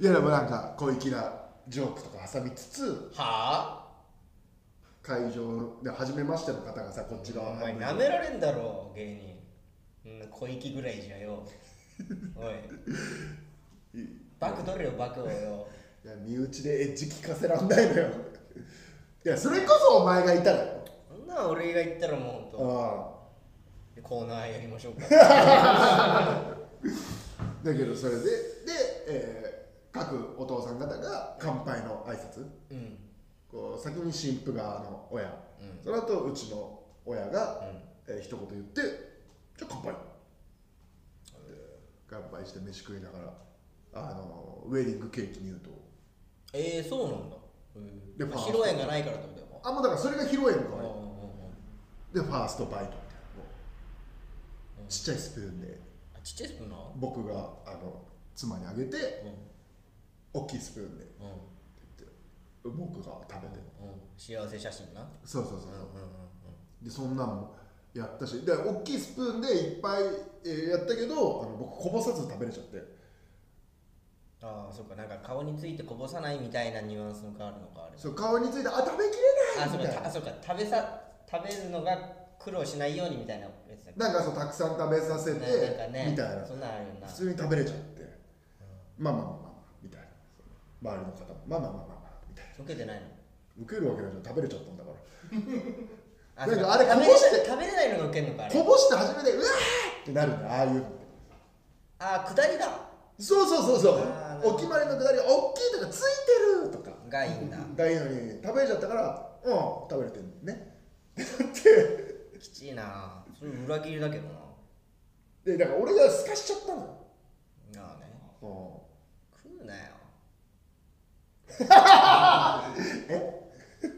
Speaker 2: いやでもなんか小粋なジョークとか挟みつつ
Speaker 1: ゃんは
Speaker 2: 会場で初めましての方がさこっち
Speaker 1: あお
Speaker 2: 側
Speaker 1: 前なめられんだろ芸人うん小息ぐらいじゃよおいバク取れよバクをよ
Speaker 2: いや身内でエッジ聞かせらんないのよいやそれこそお前がいたらよ
Speaker 1: そんなん俺が言ったらもうほんと
Speaker 2: あ
Speaker 1: コーナーやりましょうか
Speaker 2: あだけどそれでで、えー各お父さん方が乾杯の挨拶
Speaker 1: うん
Speaker 2: こう先に新婦側の親、
Speaker 1: うん
Speaker 2: その後うちの親
Speaker 1: う
Speaker 2: が、
Speaker 1: ん
Speaker 2: えー一言言ってじゃあ乾杯乾杯して飯食いながらあのウェディングケーキ入刀
Speaker 1: えー、そうなんだ
Speaker 2: で
Speaker 1: うんまあ
Speaker 2: ファース
Speaker 1: 披露
Speaker 2: ト
Speaker 1: 宴がないからってことだよ
Speaker 2: あもうだからそれが披露宴の代わり
Speaker 1: あ
Speaker 2: でファーストバイトみたいなもうちっちゃいスプーンで
Speaker 1: ちっちゃいスプーンな
Speaker 2: 僕があの妻にあげて
Speaker 1: うん
Speaker 2: 大きいスプーンで
Speaker 1: うん
Speaker 2: 僕が食べて
Speaker 1: うん幸せ写真な
Speaker 2: そうそうそ
Speaker 1: うん
Speaker 2: う
Speaker 1: うんうん
Speaker 2: でそんなんもやったしで大きいスプーンでいっぱい、えーやったけどあの僕こぼさず食べれちゃって
Speaker 1: ああそっかなんか顔についてこぼさないみたいなニュアンスがあるのかあれ
Speaker 2: そう顔についてあ食べきれな
Speaker 1: あ
Speaker 2: い
Speaker 1: そう
Speaker 2: み
Speaker 1: か
Speaker 2: たい
Speaker 1: たあそうか食べさ食べるのが苦労しないようにみたいなやつだっけ
Speaker 2: ななんかそうたくさん食べさせて、
Speaker 1: ねなんかね
Speaker 2: みたいな
Speaker 1: そんなんあるよな
Speaker 2: 普通に食べれちゃって、まあまあまあまあみたいな周りの方もまあまあまあまあまあみたいな
Speaker 1: 受けてないの
Speaker 2: 受けるわけないじゃん食べれちゃったんだから
Speaker 1: あ
Speaker 2: なんか
Speaker 1: そう
Speaker 2: あれ
Speaker 1: 食べ
Speaker 2: こぼして
Speaker 1: れない食べれないのが受けるのかあれ
Speaker 2: こぼして初めてうわーってなるんだよああいうのって
Speaker 1: ああ下りだ
Speaker 2: そうそうそうそ
Speaker 1: あーなる
Speaker 2: う
Speaker 1: ほど
Speaker 2: お決まりのくだりおっきいとかついてるとか
Speaker 1: がいいんだ
Speaker 2: がいいのに食べれちゃったからうん食べれてんね って
Speaker 1: きちいなそれ裏切りだけどな
Speaker 2: でだから俺がすかしちゃったのよ
Speaker 1: なあね
Speaker 2: う
Speaker 1: 食うなよ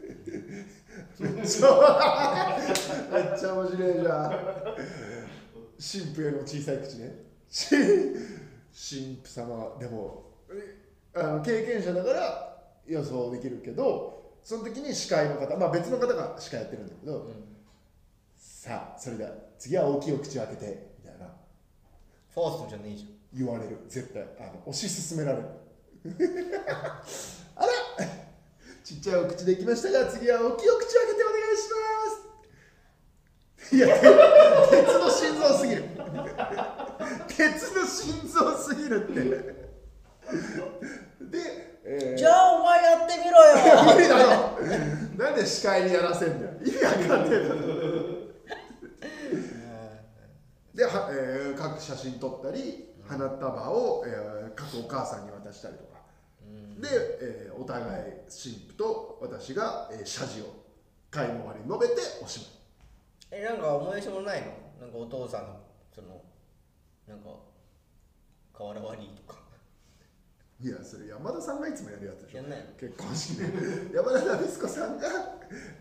Speaker 2: んめっちゃめっちゃ面白いじゃん神父よりも小さい口ねし神父様でもえあの経験者だから予想できるけどその時に司会の方まあ別の方が司会やってるんだけど、
Speaker 1: うん
Speaker 2: さあそれでは次は大きいお口を開けてみたいな
Speaker 1: フォーストじゃねえじ
Speaker 2: 言われる絶対あの推し進められる あらちっちゃいお口できましたが次は大きいお口を開けてお願いしますいや鉄の心臓すぎる 鉄の心臓すぎるってで、え
Speaker 1: ゃんじ
Speaker 2: ー
Speaker 1: ゃあお前やってみろよ
Speaker 2: 無理だろなんで司会にやらせんだよ意味わかんねえだろでは、えー各写真撮ったり花束を、えー各お母さんに渡したりとか、で、えーお互い新婦と私が、えー謝辞を会の終わりに述べておし
Speaker 1: えなんか思い出しもないのなんかお父さんのそのなんか瓦割りとか
Speaker 2: まいいやそれ山田さんがいつもやるやつでし
Speaker 1: や
Speaker 2: ょ
Speaker 1: んないの
Speaker 2: 結婚式で山田美津子さんが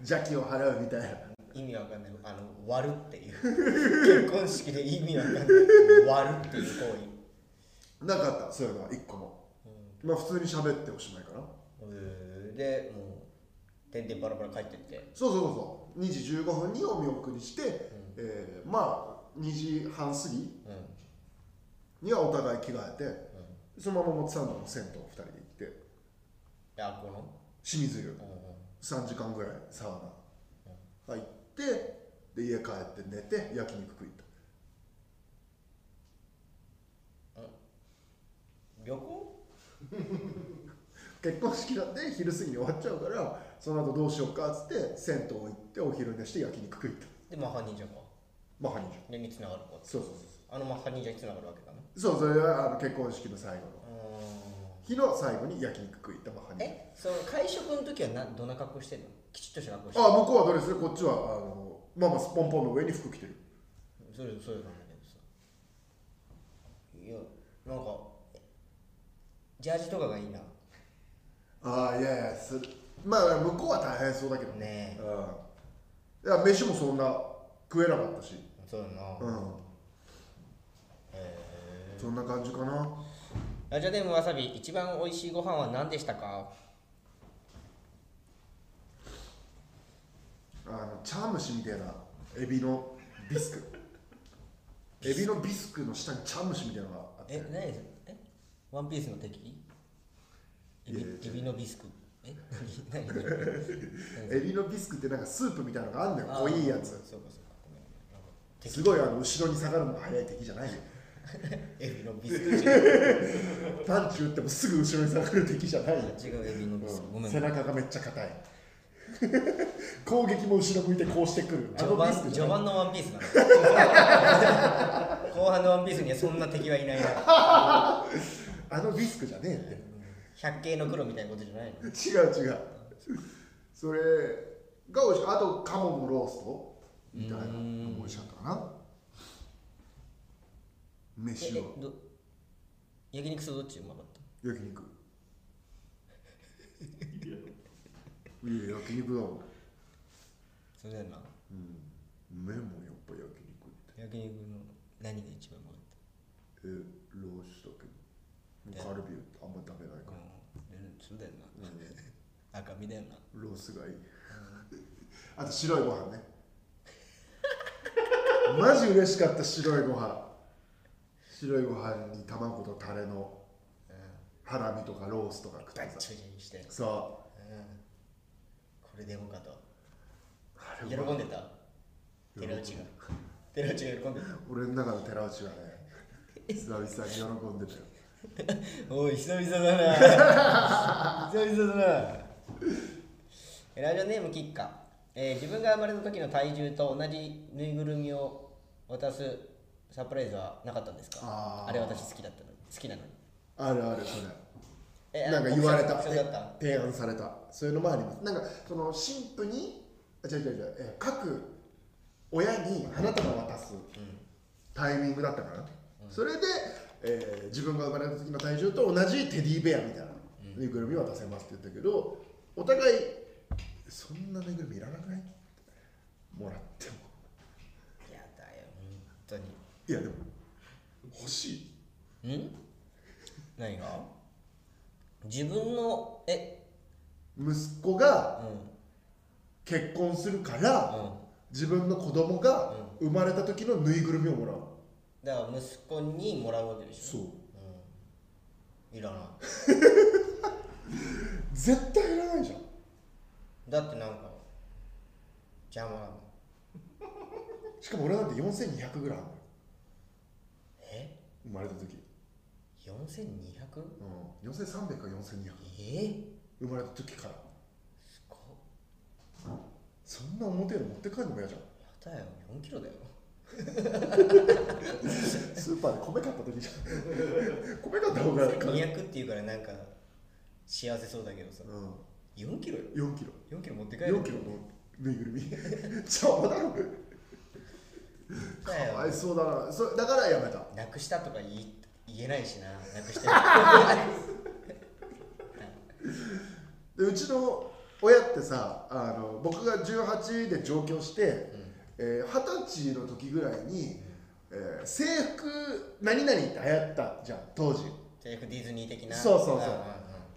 Speaker 2: 邪気を払うみたいな
Speaker 1: 意味わかんないあの割るっていう 結婚式で意味わかんない割るっていう行為
Speaker 2: なかったそういうのは一個も、まあ普通に喋っておしまいかな
Speaker 1: うーでもう点々バラバラ帰ってって
Speaker 2: そうそうそうそう2時15分にお見送りして、えーまあ2時半過ぎ
Speaker 1: うん
Speaker 2: にはお互い着替えて、そのままモッツサンドの銭湯を2人で行って
Speaker 1: であこの
Speaker 2: 清水湯
Speaker 1: うんうん
Speaker 2: 3時間ぐらいサウナ入ってで家帰って寝て焼肉食いと
Speaker 1: 旅行
Speaker 2: 結婚式なんで昼過ぎに終わっちゃうからその後どうしようかっつって銭湯行ってお昼寝して焼肉食いと
Speaker 1: でマッハ忍者か
Speaker 2: まあハニー
Speaker 1: でにつながるか
Speaker 2: そうそうそう
Speaker 1: あのマッハ忍者につながるわけだな
Speaker 2: そうそうそれはあの結婚式の最後の
Speaker 1: う
Speaker 2: 日の最後に焼肉食いとまあハ
Speaker 1: ーん
Speaker 2: ニー
Speaker 1: えその会食の時はなどんな格好してんのきちっとした格好してん
Speaker 2: あ
Speaker 1: の
Speaker 2: 向こうはドレスでこっちはあのまあまあスポンポンの上に服着てる
Speaker 1: それそういうなんだけどさいやなんかジャージとかがいいな
Speaker 2: ああいやいやするまあ向こうは大変そうだけど
Speaker 1: ねえ
Speaker 2: うんいや飯もそんな食えなかったし、
Speaker 1: そうだな
Speaker 2: うん
Speaker 1: え
Speaker 2: そんな感じかな
Speaker 1: ーラジオネームわさび一番美味しいご飯は何でしたか
Speaker 2: あの茶蒸しみたいなエビのビス クエビのビスクの下に茶蒸しみたいなのがあって
Speaker 1: え何ですえワンピースの敵エビ
Speaker 2: いやいや
Speaker 1: エビのビスクえ何何
Speaker 2: エビのビスクってなんかスープみたいなのがあんのよ
Speaker 1: あー
Speaker 2: 濃いやつ
Speaker 1: そうかそうかごめんごめんなんか
Speaker 2: すごいあの後ろに下がるのが速い敵じゃない よ
Speaker 1: エビのビスク違う
Speaker 2: パンチ打ってもすぐ後ろに下がる敵じゃないよ、
Speaker 1: 違うエビのビスクご
Speaker 2: う
Speaker 1: め
Speaker 2: ん、
Speaker 1: ん
Speaker 2: 背中がめっちゃ硬い 攻撃も後ろ向いてこうしてくるあ
Speaker 1: 序
Speaker 2: の
Speaker 1: 盤
Speaker 2: リスクじ
Speaker 1: 序
Speaker 2: ゃない
Speaker 1: 盤のワンピースな の後半のワンピースにはそんな敵はいないな
Speaker 2: あのリスクじゃねえって
Speaker 1: 百景の黒みたいなことじゃないの
Speaker 2: 違う違うそれが美味しかったあとカモのローストみたいなのも美味しかったかな
Speaker 1: え
Speaker 2: 飯
Speaker 1: え
Speaker 2: は
Speaker 1: ど焼肉とどっちうまかった
Speaker 2: 焼 肉いや焼肉だもん、
Speaker 1: そうだよな
Speaker 2: うん、麺もやっぱ焼肉って
Speaker 1: 焼肉の何が一番うまかっ
Speaker 2: えローストだけどカルビあんま食べない
Speaker 1: た
Speaker 2: か
Speaker 1: うんそうだよ
Speaker 2: ら、うん
Speaker 1: な赤身だよな
Speaker 2: ロースがいいあと白いご飯ねマジ嬉しかった白いご飯白いご飯に卵とタレのハラミとかロースとか食って
Speaker 1: 大
Speaker 2: さ
Speaker 1: 注意にしてうん
Speaker 2: そ
Speaker 1: これでもかと
Speaker 2: うあ
Speaker 1: 喜
Speaker 2: れは
Speaker 1: んでた寺内が寺内が喜んでた
Speaker 2: 俺の中の寺内はね久々に喜んでたよ
Speaker 1: おい久々 だな久々だなえラジオネームキッカ、えー自分が生まれた時の体重と同じぬいぐるみを渡すサプライズはなかったんですか
Speaker 2: あ
Speaker 1: あ
Speaker 2: ー
Speaker 1: れ私好きだったのに好きなのに
Speaker 2: あるあるそれ
Speaker 1: え
Speaker 2: なんか言われた
Speaker 1: 奥さんだった
Speaker 2: 提案されたそういうのもありますなんかその神父にあ違う違う違う、えー各親に花束渡すタイミングだったかな、それで、えー自分が生まれた時の体重と同じテディベアみたいなぬいぐるみ渡せますって言ったけどお互いそんなぬいぐるみいらなくないもらっても
Speaker 1: やだよ本
Speaker 2: いやでも欲しい
Speaker 1: 当にん何が自分のえ
Speaker 2: 息子
Speaker 1: う
Speaker 2: が
Speaker 1: ん
Speaker 2: 結婚するから、
Speaker 1: うん
Speaker 2: 自分の子供が生まれた時のぬいぐるみをもらう
Speaker 1: だから息子にもらうわけでしょ
Speaker 2: そう
Speaker 1: うんいらない
Speaker 2: 絶対いらないじゃん
Speaker 1: だってなんか邪魔なの
Speaker 2: しかも俺なんて 4200g
Speaker 1: え
Speaker 2: 生まれた時、
Speaker 1: 4200?
Speaker 2: うん、4300か4200
Speaker 1: え
Speaker 2: 生まれた時から
Speaker 1: すごっ
Speaker 2: そんな表の持って帰るのも嫌じゃん
Speaker 1: やだよ4キロだよ
Speaker 2: スーパーで米買った時じゃん米買った方がうん
Speaker 1: 200っていうからなんか幸せそうだけどさ4キロよ4
Speaker 2: 4kg4kg
Speaker 1: キロ持って帰る
Speaker 2: のぬいぐるみ 邪魔だろ
Speaker 1: だ
Speaker 2: かわい
Speaker 1: よ
Speaker 2: そうだなそれだからやめた
Speaker 1: なくしたとか言い言えないしなな くしてる
Speaker 2: でうちの親ってさあの僕が18で上京してえー二十、歳の時ぐらいに、えー制服何々って流行ったじゃん当時
Speaker 1: 制服ディズニー的な
Speaker 2: そうそうそうん
Speaker 1: んん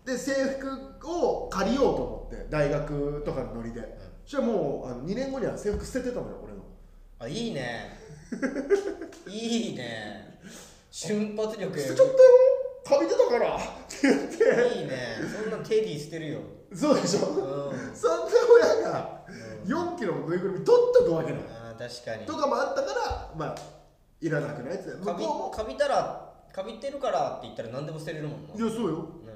Speaker 2: で制服を借りようと思って大学とかのノリで、そしたらもうあの2年後には制服捨ててたのよ俺の
Speaker 1: あいいねいい ね瞬発力
Speaker 2: 捨てちゃったよかびてたから って言って
Speaker 1: いいねそんなテディ捨てるよ
Speaker 2: そうでしょ、
Speaker 1: うん
Speaker 2: そんな親が4キロのぬいぐるみ取っとくわけない、
Speaker 1: あー確かに
Speaker 2: とかもあったからまあいらなくないっつって
Speaker 1: か
Speaker 2: 向
Speaker 1: び
Speaker 2: こ
Speaker 1: かびたらかびてるからって言ったら何でも捨てれるもんな
Speaker 2: うもいやそうよ
Speaker 1: うん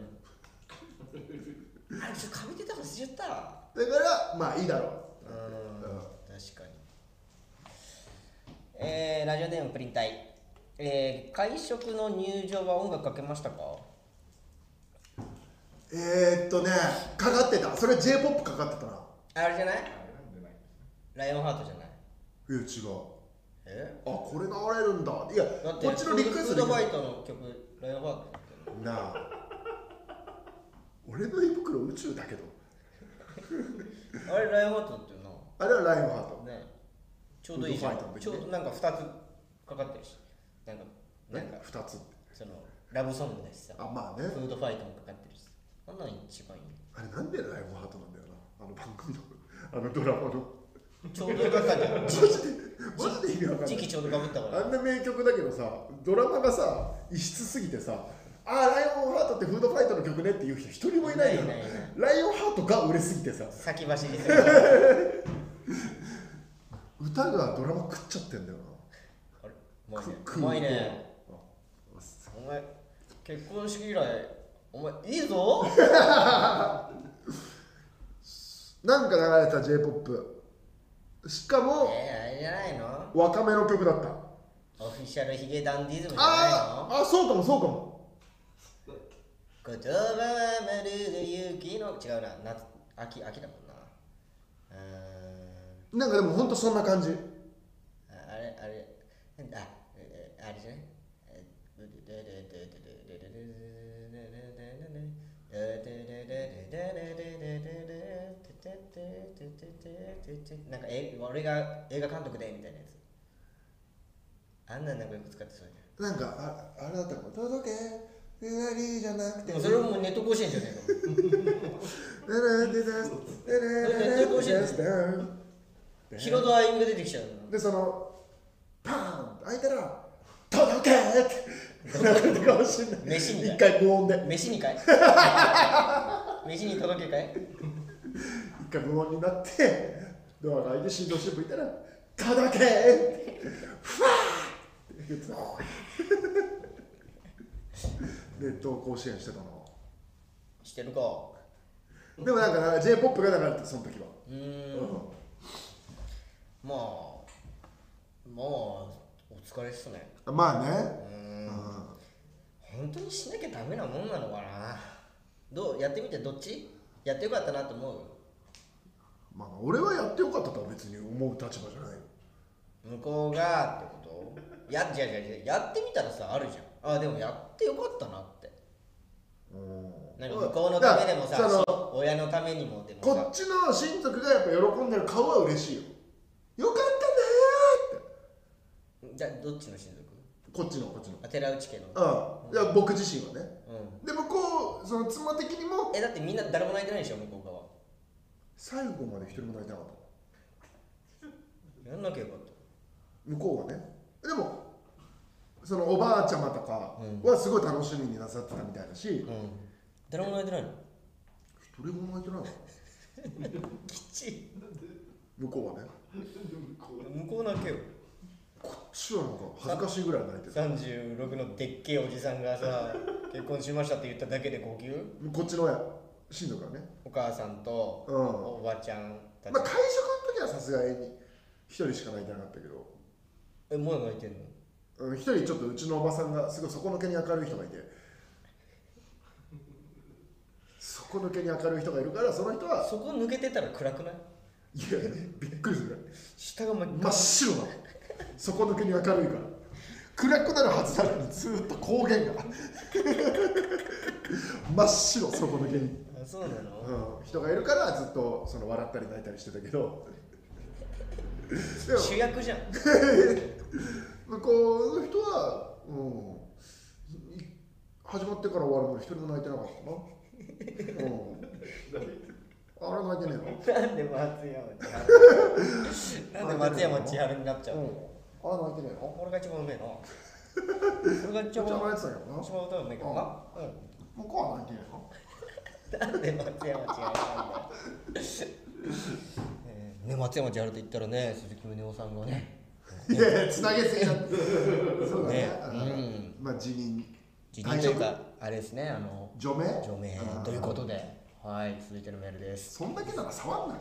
Speaker 1: あれちょっとかびてたから捨てちゃった
Speaker 2: だからまあいいだろう
Speaker 1: うん確かにえー、ラジオネームプリン体えー、会食の入場は音楽かけましたか
Speaker 2: えー、っとねかかってたそれ j p o p かかってたな
Speaker 1: あれじゃないライオンハートじゃない
Speaker 2: いや違う
Speaker 1: え
Speaker 2: あこれ流れるんだいや
Speaker 1: だって
Speaker 2: こっちのリクエ
Speaker 1: フ
Speaker 2: ストで
Speaker 1: ードフードファイトの曲ライオンハートだっ
Speaker 2: な あ俺の胃袋宇宙だけど
Speaker 1: けなあれライオンハートだったよな
Speaker 2: あれはライブハート
Speaker 1: ねちょうどいいじゃん
Speaker 2: フードファイトの時ね
Speaker 1: ちょうどなんか2つかかってるしなんかなんか
Speaker 2: ね2つ
Speaker 1: そのラブソングだしさ
Speaker 2: あまあ
Speaker 1: フ
Speaker 2: ね
Speaker 1: ードファイトもかかってるしそんなの一番いい
Speaker 2: あれなんでライブハートなんだよなあの番組のあのドラマの
Speaker 1: ちょうどよかったじゃん
Speaker 2: マジでマジで意味わかんな
Speaker 1: 時期
Speaker 2: い
Speaker 1: ちょうどかぶったから
Speaker 2: あんな名曲だけどさドラマがさ異質すぎてさあーライオンハートってフードファイトの曲ねっていう人一人もいないよ
Speaker 1: いないいないいない
Speaker 2: ライオンハートが売れすぎてさ
Speaker 1: 先走りするから
Speaker 2: 歌がドラマ食っちゃってんだよな
Speaker 1: うまいね
Speaker 2: く
Speaker 1: うまいね
Speaker 2: くあ
Speaker 1: お前結婚式以来お前いいぞ
Speaker 2: なんか流れてた j p o p しかも
Speaker 1: えー、あれじゃないの
Speaker 2: 若めの曲だった
Speaker 1: オフィシャルヒゲダンディズムじゃない
Speaker 2: あ
Speaker 1: の
Speaker 2: ーあそうかもそうかも
Speaker 1: 言葉はまるで雪の違うな夏秋秋だもんなうーん
Speaker 2: なんかでもほんとそんな感じ
Speaker 1: ああれあれあえあれじゃないえなんかえ俺が映画監督でみたいなやつあんなんなんかよく使ってそうじ
Speaker 2: なんかああれだったかも届けふわりじゃなく
Speaker 1: ゃ
Speaker 2: て
Speaker 1: んでもそれもネット甲子園じゃねえか
Speaker 2: デレデデスデレデデスデレデスデレ
Speaker 1: ヒロドアイムが出てきちゃうの
Speaker 2: でそのパーンって開いたら「届け!」ってなるかもしんない
Speaker 1: 飯みたい
Speaker 2: 一回無音で
Speaker 1: 飯にかい飯に届けかい
Speaker 2: 一回無音になってドアが開いて振動して吹いたら「届け!」ってふわーって言ってた熱湯甲子園してたの
Speaker 1: してるか
Speaker 2: でもなんか j p o p が流れてたその時は、
Speaker 1: うーんまあまあお疲れっすね
Speaker 2: うんまあね
Speaker 1: う、
Speaker 2: うんん、
Speaker 1: 本当にしなきゃダメなもんなのかなどうやってみてどっちやってよかったなと思
Speaker 2: まあ俺はやってよかったとは別に思う立場じゃないよ
Speaker 1: う向こうがってことや違う違う違うやってみたらさあるじゃんあでもやってよかったなってなんか向こうのためでも
Speaker 2: だ
Speaker 1: さ
Speaker 2: からその
Speaker 1: 親のためにもでも
Speaker 2: こっ
Speaker 1: さ
Speaker 2: ちの親族がやっぱ喜んでる顔は嬉しいよよかったね
Speaker 1: じゃあどっちの親族
Speaker 2: ーってこっちのこっちの
Speaker 1: あ寺内家の
Speaker 2: うんいや僕自身はね
Speaker 1: うん
Speaker 2: で向こうその妻的にも
Speaker 1: えだってみんな誰も泣いてないでしょ向こう側
Speaker 2: 最後まで一人も泣いてなかった
Speaker 1: やんなきゃよかった
Speaker 2: 向こうはねでもそのおばあちゃまとかはすごい楽しみになさってたみたいだし
Speaker 1: うん誰も泣いてないの
Speaker 2: 一人も泣いてないの
Speaker 1: きちい
Speaker 2: 向こうはね
Speaker 1: 向こう泣けよ
Speaker 2: こっちはなんか恥ずかしいぐらい泣いてた
Speaker 1: 36のでっけえおじさんが さ結婚しましたって言っただけで号泣
Speaker 2: こっちの親親族はね
Speaker 1: お母さんと
Speaker 2: うん
Speaker 1: おばちゃんたち、
Speaker 2: まあ、会食の時はさすがに一人しか泣いてなかったけど
Speaker 1: えもう泣いてんの
Speaker 2: うん一人ちょっとうちのおばさんがすごい底抜けに明るい人がいて底抜けに明るい人がいるからその人は
Speaker 1: そこ抜けてたら暗くない
Speaker 2: いやびっくりするぐらい
Speaker 1: 下が真っ
Speaker 2: 真っ白なの底抜けに明るいから暗くなるはずなのにずーっと光源が 真っ白底抜けに、
Speaker 1: あそうなの、
Speaker 2: うん、人がいるからずっとその笑ったり泣いたりしてたけどでも
Speaker 1: 主役じゃん
Speaker 2: 向こうの人は、うん、い始まってから終わるのに一人も泣いてなかったな。うん、あれ泣いてね
Speaker 1: なんで松山千 春なんで松山千春になっちゃ
Speaker 2: え
Speaker 1: う
Speaker 2: の、
Speaker 1: の、
Speaker 2: うん、あれ泣いてねえの
Speaker 1: 俺が一番うめえな俺が一
Speaker 2: ちょ
Speaker 1: 番
Speaker 2: っと泣
Speaker 1: 一
Speaker 2: いてたけどな。
Speaker 1: 番歌うめえけどな、うん
Speaker 2: 向こうは泣いてねえの
Speaker 1: なんで松山千春なんだよえーね松山千春と言ったらね鈴木宗男さんがね
Speaker 2: いやいや、つなげすぎだって。そうだね。
Speaker 1: ね
Speaker 2: うんまあ、辞任。
Speaker 1: 辞任というかあれですねあの
Speaker 2: 除名
Speaker 1: 除名
Speaker 2: ん
Speaker 1: ということではい続いてのメールです
Speaker 2: そんだけなら触んな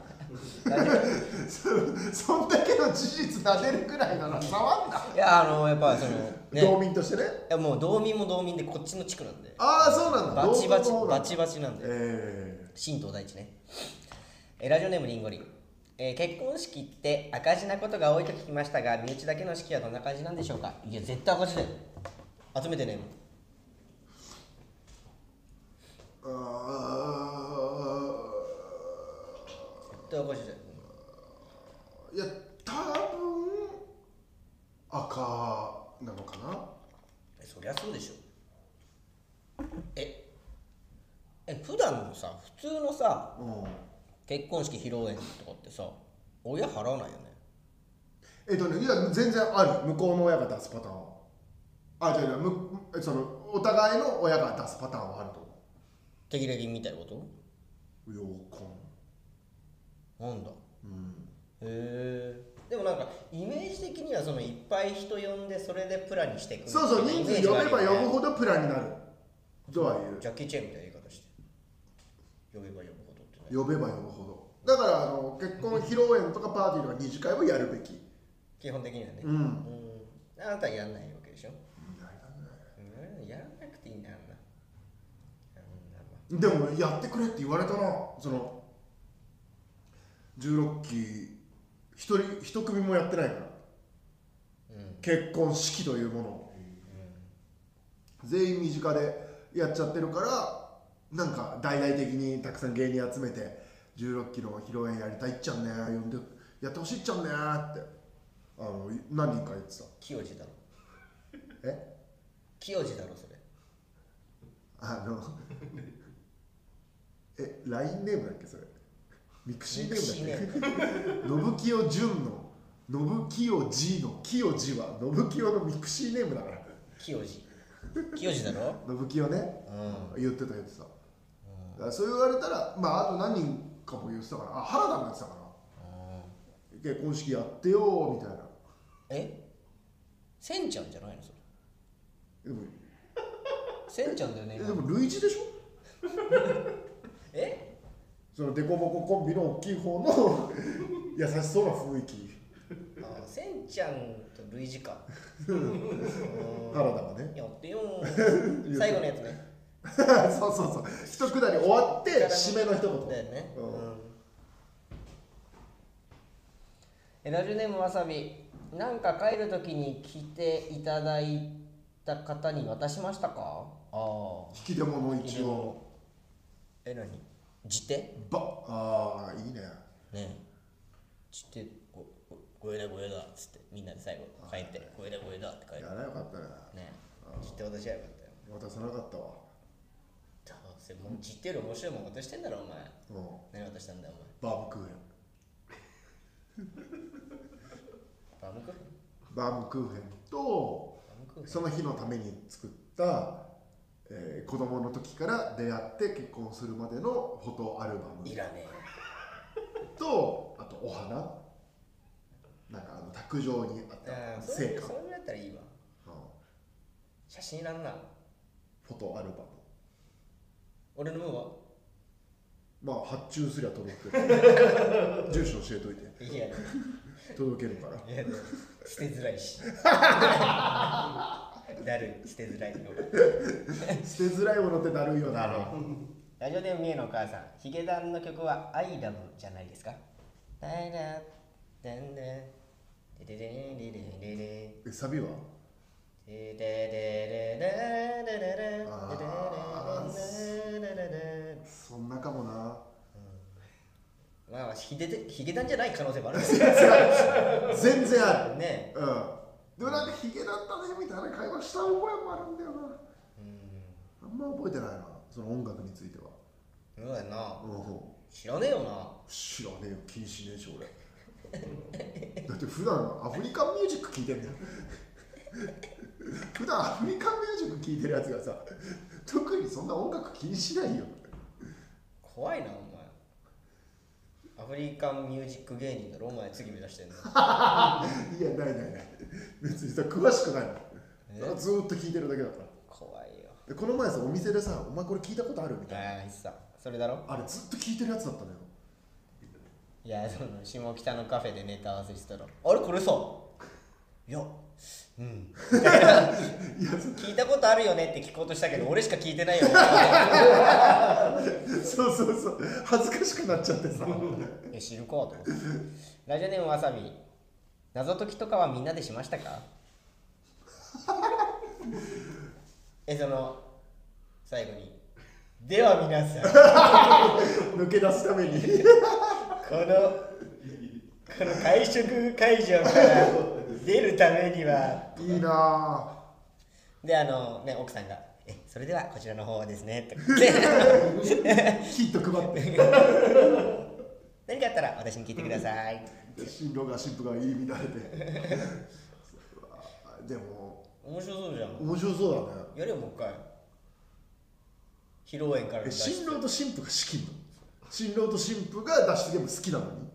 Speaker 2: そ そんだけの事実なでるくらいなら触んな、
Speaker 1: いやあのやっ ぱその
Speaker 2: 道
Speaker 1: ね
Speaker 2: 民としてね
Speaker 1: いやもう道民も道民でこっちの地区なんで
Speaker 2: ああそうなんだ
Speaker 1: バチバチ
Speaker 2: 道民の方な
Speaker 1: バ
Speaker 2: んだ
Speaker 1: チバチなんで
Speaker 2: ええ
Speaker 1: 新東大地ね、えーラジオネームリンゴリン、えー結婚式って赤字なことが多いと聞きましたが身内だけの式はどんな感じなんでしょうかいや絶対赤字だよ集めてねえもん絶対
Speaker 2: あ
Speaker 1: 赤字だよ
Speaker 2: ーいや多分赤なのかな
Speaker 1: えそりゃそうでしょええ普段のさ普通のさ
Speaker 2: うん
Speaker 1: 結婚式披露宴とかってさ親払わないよね
Speaker 2: えっとねいや全然ある向こうの親が出すパターンはあ違う違うむそのお互いの親が出すパターンはあると思
Speaker 1: 適齢金みたいなこと
Speaker 2: うようこん
Speaker 1: なんだ
Speaker 2: うん
Speaker 1: へえでもなんかイメージ的にはそのいっぱい人呼んでそれでプラにしていく
Speaker 2: そうそう人数呼べば呼ぶほどプラになるとは言う
Speaker 1: ジャッキー・チェンみたいな言い方して呼べば呼ぶほどってね
Speaker 2: 呼べば呼ぶほどだからあの結婚披露宴とかパーティーとか二次会はやるべき
Speaker 1: 基本的にはね
Speaker 2: うん
Speaker 1: うんあなたはやんないわけでしょうんやらなくていいんだよなあんなの
Speaker 2: でもやってくれって言われたなその16期一人一組もやってないから
Speaker 1: うん
Speaker 2: 結婚式というものを全員身近でやっちゃってるからなんか大々的にたくさん芸人集めて16キロ披露宴やりたいっちゃんね呼んでやってほしいっちゃんねってあの何人か言ってた
Speaker 1: 清治だろ
Speaker 2: え
Speaker 1: 清治だろそれ
Speaker 2: あの え LINE ネームだっけそれミクシーネームだっけ
Speaker 1: ミク
Speaker 2: 信清純の信清 G の清 G は信清のミクシーネームだから
Speaker 1: 清治清治だろ
Speaker 2: 信清ね
Speaker 1: うん
Speaker 2: 言ってた言ってた、だからそう言われたらまああと何人かも言ってたからあ原田もやってたから結婚式やってよみたいな
Speaker 1: えせんちゃんじゃないのそれ
Speaker 2: でも
Speaker 1: せんちゃんだよね
Speaker 2: え
Speaker 1: 今
Speaker 2: でも類似でしょ
Speaker 1: え
Speaker 2: そのデコボココンビの大きい方の 優しそうな雰囲気
Speaker 1: あせんちゃんと類似か
Speaker 2: 原田がね
Speaker 1: やってよ
Speaker 2: 言 う
Speaker 1: 最後のやつね
Speaker 2: そうそうそう一くだり終わって締めの一
Speaker 1: だ
Speaker 2: 言
Speaker 1: よね
Speaker 2: うん
Speaker 1: えラジオネームわさびなんか帰るときに来ていただいた方に渡しましたかああ
Speaker 2: 引き出物一応
Speaker 1: え何辞典
Speaker 2: ばああいいね
Speaker 1: ねちってごごごえだごえだっつってみんなで最後書いて「ごえだごえだ」って書い
Speaker 2: や
Speaker 1: て
Speaker 2: らよかったね
Speaker 1: ねちって渡しゃよかったよ
Speaker 2: 渡さなかったわ
Speaker 1: どうせもうちってより面白いもん渡してんだろお前
Speaker 2: うん
Speaker 1: 何渡したんだよお前
Speaker 2: バームクーヘン
Speaker 1: バームクーヘン
Speaker 2: バームクーヘンと
Speaker 1: バームクーヘン
Speaker 2: その日のために作った、えー子供の時から出会って結婚するまでのフォトアルバム
Speaker 1: いらねえよ
Speaker 2: とあとお花なんかあの卓上にあ
Speaker 1: あ
Speaker 2: っ
Speaker 1: あ
Speaker 2: た
Speaker 1: それ
Speaker 2: 成
Speaker 1: そ
Speaker 2: 果、
Speaker 1: れぐらいだったらいいわ
Speaker 2: うん
Speaker 1: 写真いらんな
Speaker 2: フォトアルバム
Speaker 1: 俺の分は
Speaker 2: まあ発注すりゃ届くけ ど住所教えといて
Speaker 1: いやね
Speaker 2: 届ける から
Speaker 1: いやね捨てづらい しだるい捨てづらいよ
Speaker 2: 捨てづらいものってだるいよな
Speaker 1: ラジオネーム三重のお母さんヒゲダンの曲は「I love」じゃないですか「ダイラダンダンデデデデデデデデ
Speaker 2: えサビは
Speaker 1: デデデデダダダダダダダダダダ
Speaker 2: そんなかもな
Speaker 1: まあヒデでヒゲダンじゃない可能性もあるんですよ
Speaker 2: 全然ある
Speaker 1: ね
Speaker 2: うんでもなんかヒゲだったねみたいな会話した覚えもあるんだよな
Speaker 1: うん
Speaker 2: あんま覚えてないなその音楽については
Speaker 1: そうだよな
Speaker 2: うん
Speaker 1: 知らねえよな
Speaker 2: 知らねえよ気にしねえし俺だって普段アフリカンミュージック聴いてんだよ 普段アフリカンミュージック聴いてるやつがさ特にそんな音楽気にしないよ
Speaker 1: 怖いなお前アフリカンミュージック芸人だろお前次目指してんの
Speaker 2: いやないないない別にさ詳しくないのずーっと聴いてるだけだから
Speaker 1: 怖いよ
Speaker 2: でこの前さお店でさ「お前これ聞いたことある?」みたいな
Speaker 1: ああさそれだろ
Speaker 2: あれずっと聴いてるやつだったのよ
Speaker 1: いやその下北のカフェでネタ合わせしたら「あれこれさ」いやうん
Speaker 2: いやそ
Speaker 1: 聞いたことあるよねって聞こうとしたけど俺しか聞いてないよ
Speaker 2: そうそうそう恥ずかしくなっちゃってさ
Speaker 1: え知るかと思ってラジオネームわさび謎解きとかはみんなでしましたか えその最後に「では皆さんこ
Speaker 2: 抜け出すために
Speaker 1: のこの会食会場から出るためにはい
Speaker 2: いなぁ
Speaker 1: であのね奥さんが「えそれではこちらの方はですね」とか 言って
Speaker 2: ヒント配って
Speaker 1: 何かあったら私に聞いてください、
Speaker 2: 新郎が新婦が入り乱れてでも
Speaker 1: 面白そうじゃん
Speaker 2: 面白そうだね
Speaker 1: やれよもう一回披露宴から
Speaker 2: え
Speaker 1: 出して
Speaker 2: 新郎と新婦が仕切るの新郎と新婦が脱出ゲーム好きなのに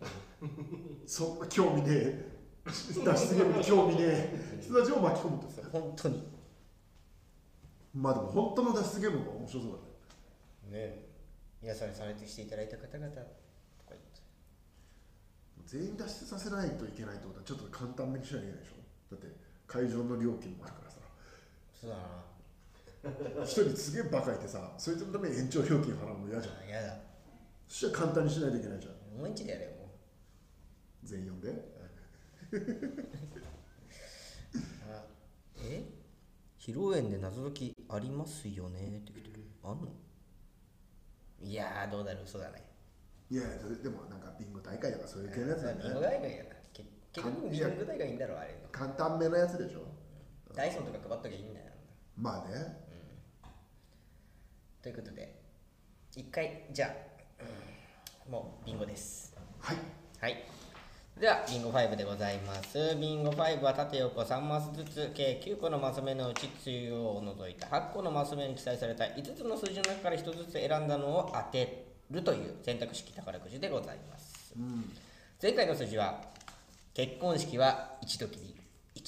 Speaker 2: そんな興味ねえ脱出ゲームに興味ねえ人たちを巻き込むと
Speaker 1: 本当にね
Speaker 2: まあでも本当の脱出ゲームが面白そうだね
Speaker 1: え皆さんに参列していただいた方々とか言って
Speaker 2: 全員脱出させないといけないってことはちょっと簡単めにしなきゃいけないでしょだって会場の料金もあるからさ
Speaker 1: そうだな
Speaker 2: 一人すげえバカいてさそいつのために延長料金払うの嫌じゃん
Speaker 1: あやだ
Speaker 2: そしたら簡単にしないといけないじゃん
Speaker 1: もう一でやれよもう
Speaker 2: 全員呼んで
Speaker 1: あえ披露宴で謎解きありますよねって来てるあんのいやーどうだろうそうだね
Speaker 2: いやいやでもなんかビンゴ大会とかそういう系のやつ
Speaker 1: ま
Speaker 2: だ
Speaker 1: あ
Speaker 2: よ
Speaker 1: ビンゴ
Speaker 2: ね
Speaker 1: 大会やな結結局ビンゴ大会いいんだろあれの
Speaker 2: 簡単めのやつでしょ
Speaker 1: ダイソンとか配っときゃいいんだよ
Speaker 2: まあね
Speaker 1: ということで一回じゃあ、うんもうビンゴです
Speaker 2: はい
Speaker 1: はいではビンゴ5でございますビンゴ5は縦横3マスずつ計9個のマス目のうち中央を除いた8個のマス目に記載された5つの数字の中から1つずつ選んだのを当てるという選択式宝くじでございます、前回の数字は結婚式は一度きり1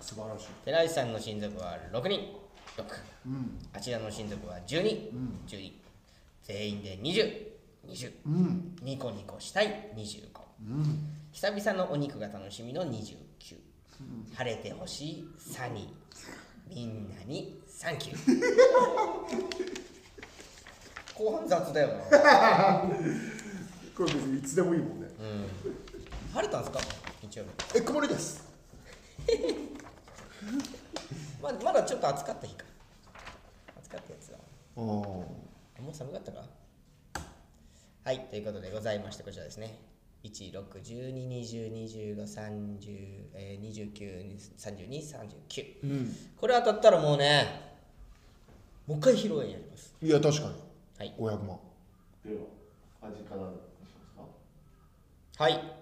Speaker 2: 素晴らしい
Speaker 1: 寺石さんの親族は6人6、あちらの親族は1212、12全員で2020、20
Speaker 2: うん
Speaker 1: ニコニコしたい25、久々のお肉が楽しみの29、晴れてほしいサニーみんなにサン キュー後半雑だよな
Speaker 2: これ別にいつでもいいもんね
Speaker 1: 晴れたんですか日曜日
Speaker 2: え曇りです
Speaker 1: ままだちょっと暑かった日か暑かったやつだ
Speaker 2: おお
Speaker 1: もう寒かったかはい、ということでございまして、こちらですね。1、6、12、20、25、30、えー、29、32、39。
Speaker 2: うん
Speaker 1: これ当たったらもうね、もう一回披露宴やります。
Speaker 2: いや確かに
Speaker 1: はい。
Speaker 2: 500万
Speaker 3: では端からにしますか
Speaker 1: はい。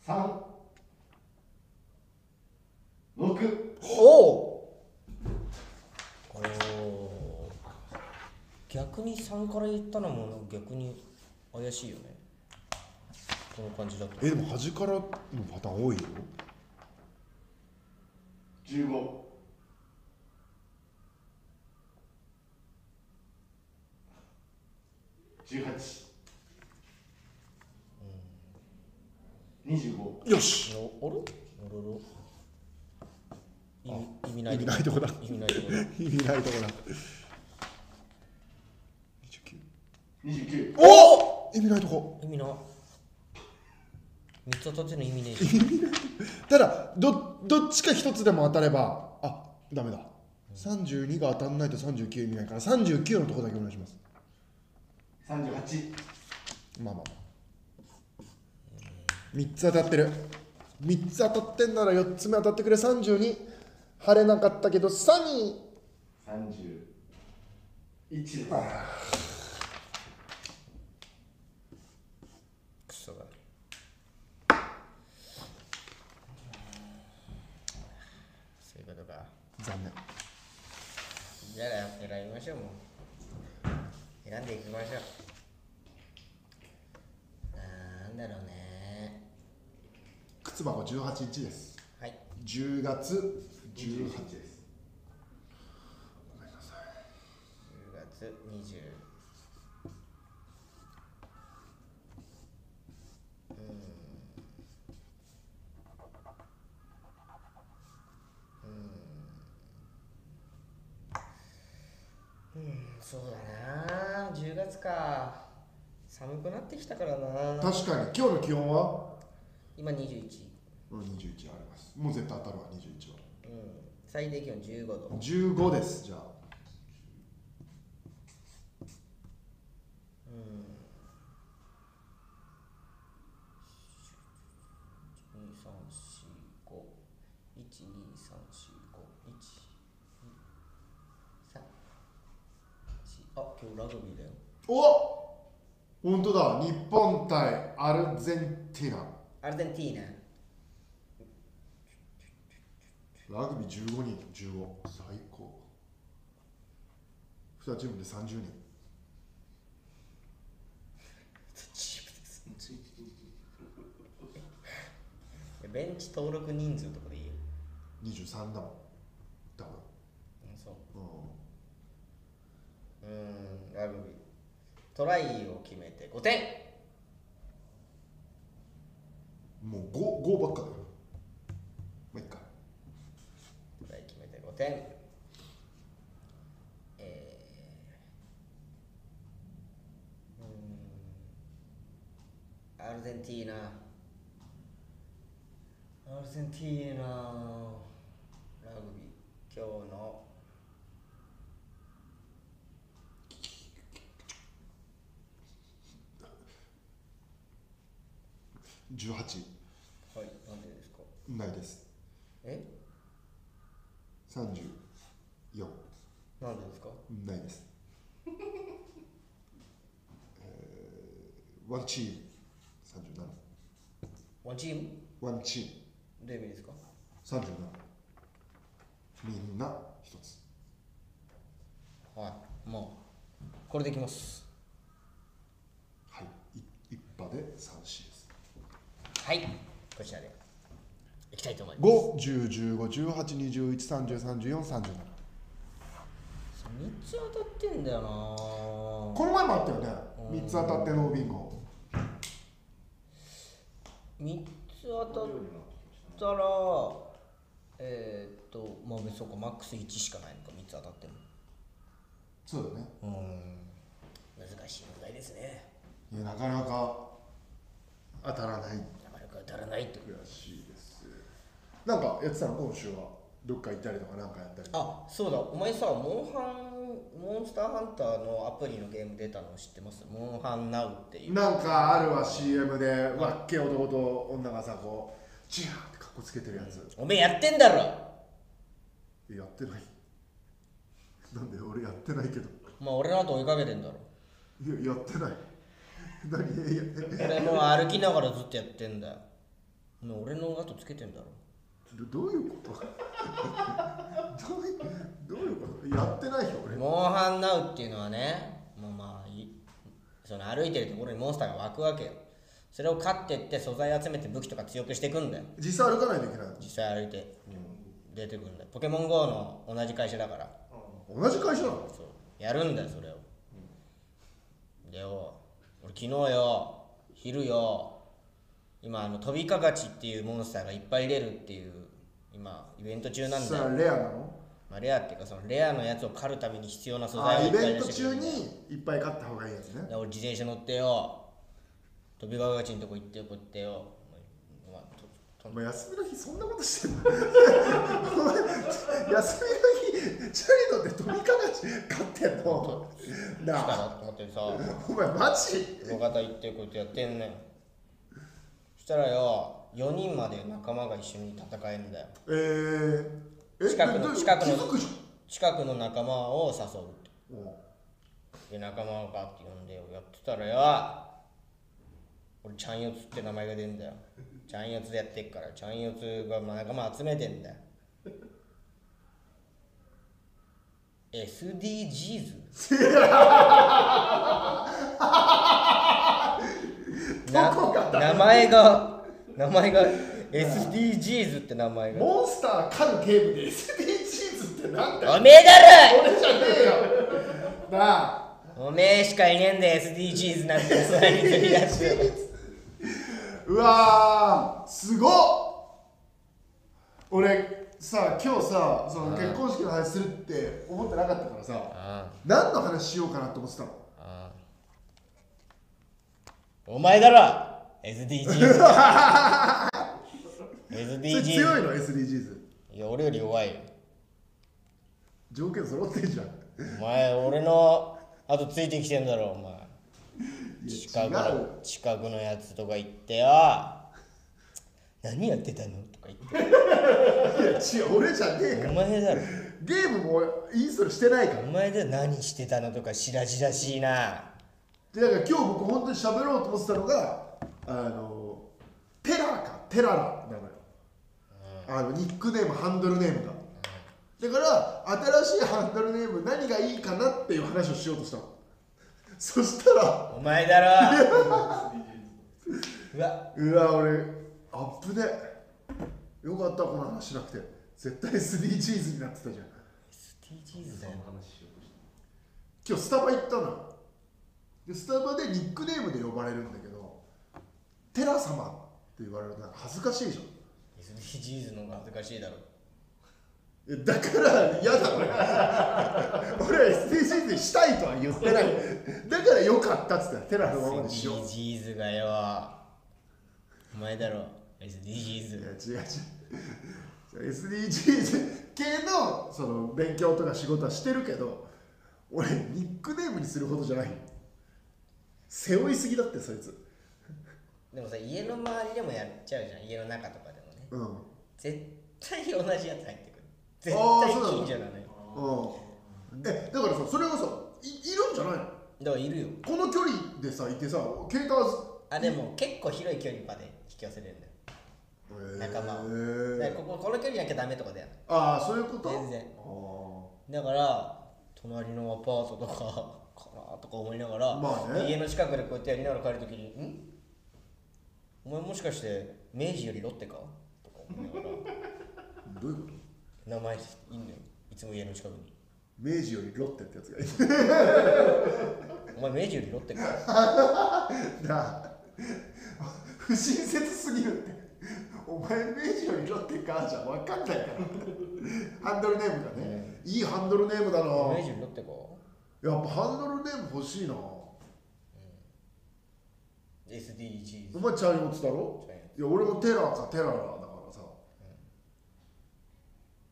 Speaker 3: 三六
Speaker 1: おおおー逆に3から言ったのも逆に怪しいよね。この感じだと。
Speaker 2: えでも端からのパターン多いよ
Speaker 3: 十五十八二十五
Speaker 2: よし
Speaker 1: のあれあろろ意味意味な
Speaker 2: 意味ないとこだ
Speaker 1: 意味ないとこだ
Speaker 2: 意味ないとこだ29
Speaker 3: 二十九
Speaker 2: おお意味ないとこ
Speaker 1: 意味な三つ当たってんの意味ねえじゃん
Speaker 2: ただどどっちか一つでも当たればあダメだ32が当たんないと39意味ないから39のとこだけお願いします
Speaker 3: 三十八
Speaker 2: まあまあ3つ当たってる3つ当たってんなら4つ目当たってくれ32晴れなかったけどサニ
Speaker 3: 三十一です
Speaker 1: クソがそういうことか
Speaker 2: ー残念
Speaker 1: じゃあ選びましょうもう選んでいきましょうなんだろうね
Speaker 2: 靴箱18日です
Speaker 1: はい
Speaker 2: 10月
Speaker 3: 十一
Speaker 2: 18
Speaker 3: です
Speaker 1: 10月20うーんうーんうーんそうだな10月か寒くなってきたからな
Speaker 2: 確かに今日の気温は
Speaker 1: 今21
Speaker 2: うん21ありますもう絶対当たるわ21は
Speaker 1: うん最低気温15度
Speaker 2: 15ですじゃあ
Speaker 1: 1234512345123あ今日ラグビーだよ
Speaker 2: お本当だ日本対アルゼンティナ
Speaker 1: アルゼンティーナ
Speaker 2: ラグビー15人15最高2チームで30人
Speaker 3: 一一一
Speaker 1: ベンチ登録人数とかでいいよ、
Speaker 2: 23だもん
Speaker 1: う
Speaker 2: 多分
Speaker 1: ん、そうう
Speaker 2: う
Speaker 1: ーんラグビートライを決めて5点
Speaker 2: んもう 5, 5ばっかだよまあいっか
Speaker 1: トライ決めて5点えーうーんアルゼンティーナアルゼンティーナラグビー今日の
Speaker 2: 18
Speaker 1: はいなんでですか
Speaker 2: ないです
Speaker 1: え
Speaker 2: 34
Speaker 1: なんでですか
Speaker 2: ないですえー、ワンチーム
Speaker 1: ワンチーム
Speaker 2: 37ワンチーム
Speaker 1: どういう意味ですか
Speaker 2: 37みんな一つ
Speaker 1: はいもうこれでいきます
Speaker 2: はいい一波で三四です
Speaker 1: はいこちらでいきたいと思います
Speaker 2: 5 1 0 1 5 1 8 2 1 3 0 3 4 3
Speaker 1: 三
Speaker 2: 7
Speaker 1: つ当たってんだよなぁ
Speaker 2: この前もあったよね三つ当たってノービンゴ
Speaker 1: 三つ当たっ
Speaker 3: 料理の時もしたね
Speaker 1: たらえー、っとまあ別にそうかマックス1しかないのか三つ当たっても
Speaker 2: そうだね
Speaker 1: うん難しい問題ですね
Speaker 2: いやなかなか当たらない
Speaker 1: なかなか当たらないと
Speaker 2: 悔しいですなんかやってたの今週はどっか行ったりとかなんかやったりとか
Speaker 1: あそうだお前さモンハンモンスターハンターのアプリのゲーム出たの知ってますモンハンナウっていう
Speaker 2: なんかあるわ CM でわっけえ男と女がさこうチアーってかっこつけてるやつ、
Speaker 1: おめえやってんだろ
Speaker 2: やってないなんで俺やってないけど
Speaker 1: まあ俺の後追いかけてんだろ
Speaker 2: いややってない何いや
Speaker 1: 俺もう歩きながらずっとやってんだよお前俺の後つけてんだろ
Speaker 2: どどういうことどういうどういうことやってないよ俺
Speaker 1: モンハンナウっていうのはねもうまあいその歩いてるところにモンスターが湧くわけよそれを飼ってって素材集めて武器とか強くしていくんだよ
Speaker 2: 実際歩かないといけない
Speaker 1: 実際歩いて出てくるんだよポケモン GO の同じ会社だから
Speaker 2: 同じ会社なの
Speaker 1: そうやるんだよそれをでよ俺昨日よ昼よ今あの飛びかかちっていうモンスターがいっぱい出るっていう今イベント中なん
Speaker 2: そ
Speaker 1: だ
Speaker 2: れ
Speaker 1: よ
Speaker 2: はレアなの
Speaker 1: まあ、レアっていうかそのレアのやつを狩るために必要な素
Speaker 2: あ
Speaker 1: 材を
Speaker 2: イ
Speaker 1: いっぱい
Speaker 2: ベン
Speaker 1: 出
Speaker 2: ト
Speaker 1: してく
Speaker 2: 中
Speaker 1: るんだよ
Speaker 2: にいっぱい買った方がいいやつね
Speaker 1: で俺自転車乗ってよ飛び川口のとこ行ってよこうやってよお前お前と
Speaker 2: お
Speaker 1: と
Speaker 2: 前休みの日そんなことしてんの お前休みの日チャリ乗って飛びかかち買ってんのな
Speaker 1: 来た
Speaker 2: あ
Speaker 1: なと思ってさ
Speaker 2: お前マジ
Speaker 1: 路肩行ってこうやってやってんねんそしたらよ4人まで仲間が一緒に戦えるんだよ
Speaker 2: えー、え
Speaker 1: 近くの
Speaker 2: でで
Speaker 1: 近くの
Speaker 2: 気づくじ
Speaker 1: 近くの仲間を誘うって
Speaker 2: ゃんうん
Speaker 1: で仲間をバッて呼んでよやってたらよ俺ちゃんよつって名前が出んだよちゃんよつでやってっからちゃんよつが仲間集めてんだよ SDGs? な
Speaker 2: どこが
Speaker 1: 名前が名前が SDGs って名前が
Speaker 2: モンスター狩るゲームで SDGs ってなんだよ
Speaker 1: おめえだ
Speaker 2: 俺じゃねえよなあ
Speaker 1: ろおめえしかいねえんだよ SDGs なんてそれに釣り出して
Speaker 2: うわーすごっ俺さ今日さその結婚式の話するって思ってなかったからさ
Speaker 1: あ
Speaker 2: 何の話しようかなって思ってたの
Speaker 1: あああお前だろ SDGs SDGs
Speaker 2: それ強いの SDGs
Speaker 1: いや俺より弱いよ
Speaker 2: 条件揃ってんじゃん
Speaker 1: お前俺の後ついてきてんだろお前近
Speaker 2: い
Speaker 1: く
Speaker 2: や違う
Speaker 1: の近くのやつとか行ってよ何やってたのとか言って
Speaker 2: いや違う俺じゃねえか
Speaker 1: お前だろ
Speaker 2: らゲームもインストールしてないから
Speaker 1: お前だろ何してたのとか白々しいな
Speaker 2: でだから今日僕本当に喋ろうと思ってたのがあのテラーかテララなのよ、あのニックネームハンドルネームが、だから新しいハンドルネーム何がいいかなっていう話をしようとしたの そしたら
Speaker 1: お前 だろうわ
Speaker 2: うわ俺アップでよかったこの話しなくて絶対 SDGs になってたじゃん
Speaker 1: SDGs だよ
Speaker 3: 話しよ
Speaker 2: 今
Speaker 3: うとして
Speaker 2: 日スタバ行ったのよでスタバでニックネームで呼ばれるんだけど「テラ様」って言われるとなんか恥ずかしいじゃん
Speaker 1: SDGs の方が恥ずかしいだろ
Speaker 2: えだから嫌だ俺 俺は SDGs にしたいとは言ってないだからよかったっつったらテラのままにしよう
Speaker 1: SDGs がよお前だろ SDGs
Speaker 2: いや違う違う SDGs 系のその勉強とか仕事はしてるけど俺ニックネームにするほどじゃないよ背負いすぎだってそいつ
Speaker 1: でもさ家の周りでもやっちゃうじゃん家の中とかでもね
Speaker 2: うんうん
Speaker 1: 絶対同じやつ入ってくる絶
Speaker 2: あー
Speaker 1: 対
Speaker 2: そうなの
Speaker 1: 近所なのよ
Speaker 2: えだからさそれはさいいるんじゃない
Speaker 1: だ
Speaker 2: の
Speaker 1: からいるよ
Speaker 2: この距離でさいてさ携帯は
Speaker 1: あでも結構広い距離まで引き寄せれるんだよ仲間をだ
Speaker 2: へ
Speaker 1: から
Speaker 2: え
Speaker 1: こここの距離なきゃダメとかだよ
Speaker 2: ああそういうこと
Speaker 1: 全然
Speaker 2: あ
Speaker 1: だから隣のアパートとか かなとか思いながら、
Speaker 2: まあね
Speaker 1: 家の近くでこうやってやりながら帰るときに「んお前もしかして明治よりロッテか?」とか思いながら
Speaker 2: あどういうこと
Speaker 1: 名前いんのよいつも家の近くに
Speaker 2: 明治よりロッテってやつがいる
Speaker 1: 「お前明治よりロッテか?」
Speaker 2: なあ 不親切すぎるってお前明治よりロッテかじゃ分かんないからハンドルネームがねいいハンドルネームだな
Speaker 1: 明治よりロッテか
Speaker 2: やっぱハンドルネーム欲しいなお
Speaker 1: ?SDGs
Speaker 2: 前チャイムツだろ
Speaker 1: チャイム
Speaker 2: いや俺もテラーかテララーだからさ、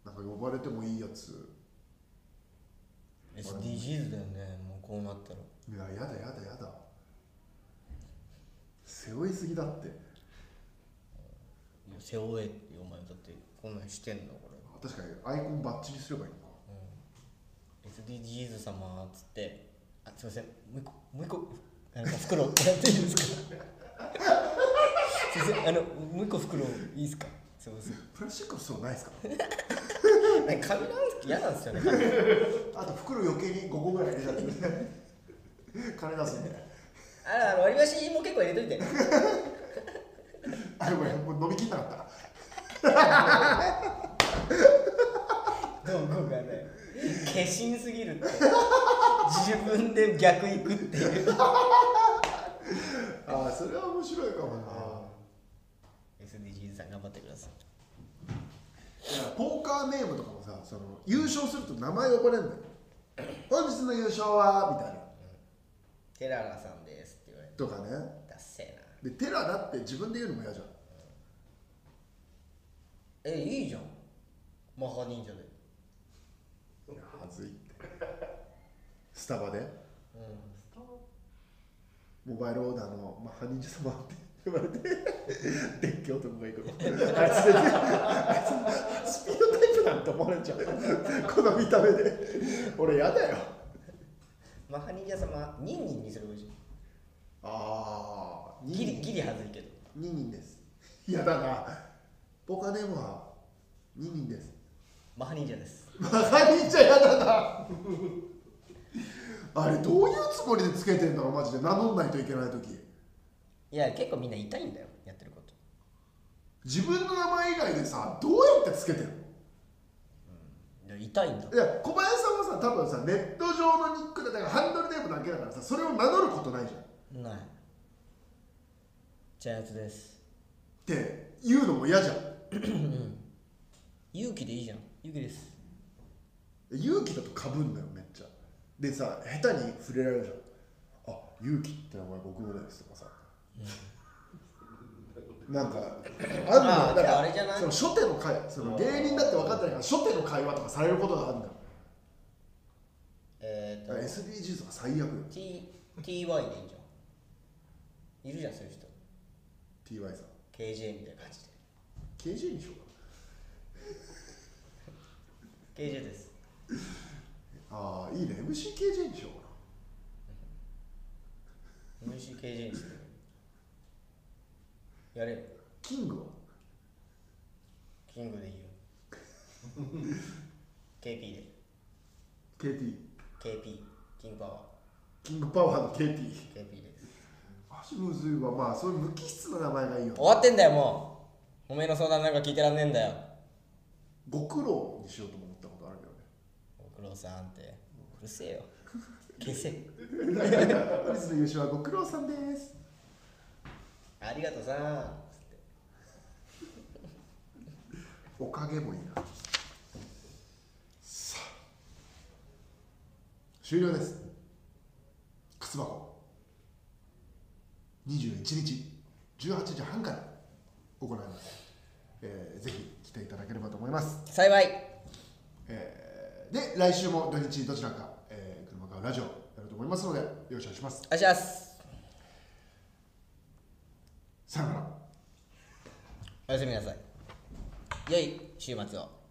Speaker 2: なんか呼ばれてもいいやつ
Speaker 1: SDGs だよねもうこうなったら
Speaker 2: いややだやだやだ背負いすぎだって
Speaker 1: いや背負えってお前だってこんなんしてんだこれ
Speaker 2: 確かにアイコンバッチにすればいいな
Speaker 1: SDGs 様っつってあすいませんもう一個もう一個なんか袋もらっていい ですかすいませんあのもう一個袋いいですかすいません
Speaker 2: プラスチックのそうないですか
Speaker 1: なんか紙なんす嫌なんですよね紙
Speaker 2: あと袋余計に5個ぐらい入れちゃって金出すんで
Speaker 1: あらあの割り箸も結構入れといて
Speaker 2: あれこれもう飲みきんなかったな
Speaker 1: どこがね化身すぎるって自分で逆いくっていう
Speaker 2: ああそれは面白いかもな
Speaker 1: SDGs さん頑張ってください
Speaker 2: いやポーカーネームとかもさその優勝すると名前呼ばれるんだよ本日の優勝はみたいな
Speaker 1: テララさんですって言われて
Speaker 2: とかね
Speaker 1: ダッセーな
Speaker 2: でテラだって自分で言うのも嫌じゃん
Speaker 1: えいいじゃんマハ忍者で
Speaker 2: いやはずいってスタバで
Speaker 1: うん
Speaker 2: モバイルオーダーの「まあ、ハニージ様」って 言われて電気男が行くの あいつ全然あいつスピードタイプなんて思われちゃうこの見た目で俺やだよ
Speaker 1: マハ忍者様ニンニンにすればいいじゃ
Speaker 2: ああ
Speaker 1: んギリギリはずいけど
Speaker 2: ニンニンです嫌だな僕はでもニンニンです
Speaker 1: マハ忍者です
Speaker 2: マハニージ嫌だな あれどういうつもりでつけてんだろうマジで名乗んないといけない時
Speaker 1: いや結構みんな痛いんだよやってること
Speaker 2: 自分の名前以外でさどうやってつけてるの
Speaker 1: いや痛いんだ
Speaker 2: いや小林さんはさ多分さネット上のニックネームだからハンドルネームだけだからさそれを名乗ることないじゃんっ
Speaker 1: ないジャイアンツです
Speaker 2: て言うのも嫌じゃん
Speaker 1: 勇気でいいじゃん勇気です
Speaker 2: 勇気だとかぶんだよめっちゃでさ下手に触れられるじゃんあ勇気って名前僕もですとかさ、なんかあん
Speaker 1: あ
Speaker 2: のよ
Speaker 1: ー
Speaker 2: だか
Speaker 1: じゃあ
Speaker 2: ら
Speaker 1: あれじゃない
Speaker 2: その初手の会その芸人だって分かってないから初手の会話とかされることがあるんだよ
Speaker 1: え
Speaker 2: だ
Speaker 1: ー、
Speaker 2: から
Speaker 1: っと
Speaker 2: SDGs とか最悪よ
Speaker 1: T TY でいいじゃんいるじゃんそういう人
Speaker 2: TY さん
Speaker 1: KJ みたいな感じで
Speaker 2: KJ にしようかな
Speaker 1: KJ です
Speaker 2: ああいいね MCKJ にしようかな
Speaker 1: MCKJ にしてやれよ
Speaker 2: キングは
Speaker 1: キングでいいよ KP で
Speaker 2: KT
Speaker 1: KP キングパワ
Speaker 2: キングパワーの KT
Speaker 1: ー KP です
Speaker 2: 足むずいわまあそういう無機質な名前がいいよ
Speaker 1: 終わってんだよもうおめえの相談なんか聞いてらんねえんだよ
Speaker 2: ご苦労にしようとも思ったことあるけどね
Speaker 1: ご苦労さんってうるせえよ消せ
Speaker 2: 本日の優勝はご苦労さんです
Speaker 1: ありがとうさん
Speaker 2: おかげもいいなさあ終了です靴箱21日18時半から行います、えーぜひ来ていただければと思います
Speaker 1: 幸い
Speaker 2: えーで来週も土日どちらか、えー車買うラジオやると思いますのでよろしくお願いします
Speaker 1: お願いします
Speaker 2: さよなら
Speaker 1: おやすみなさい良い週末を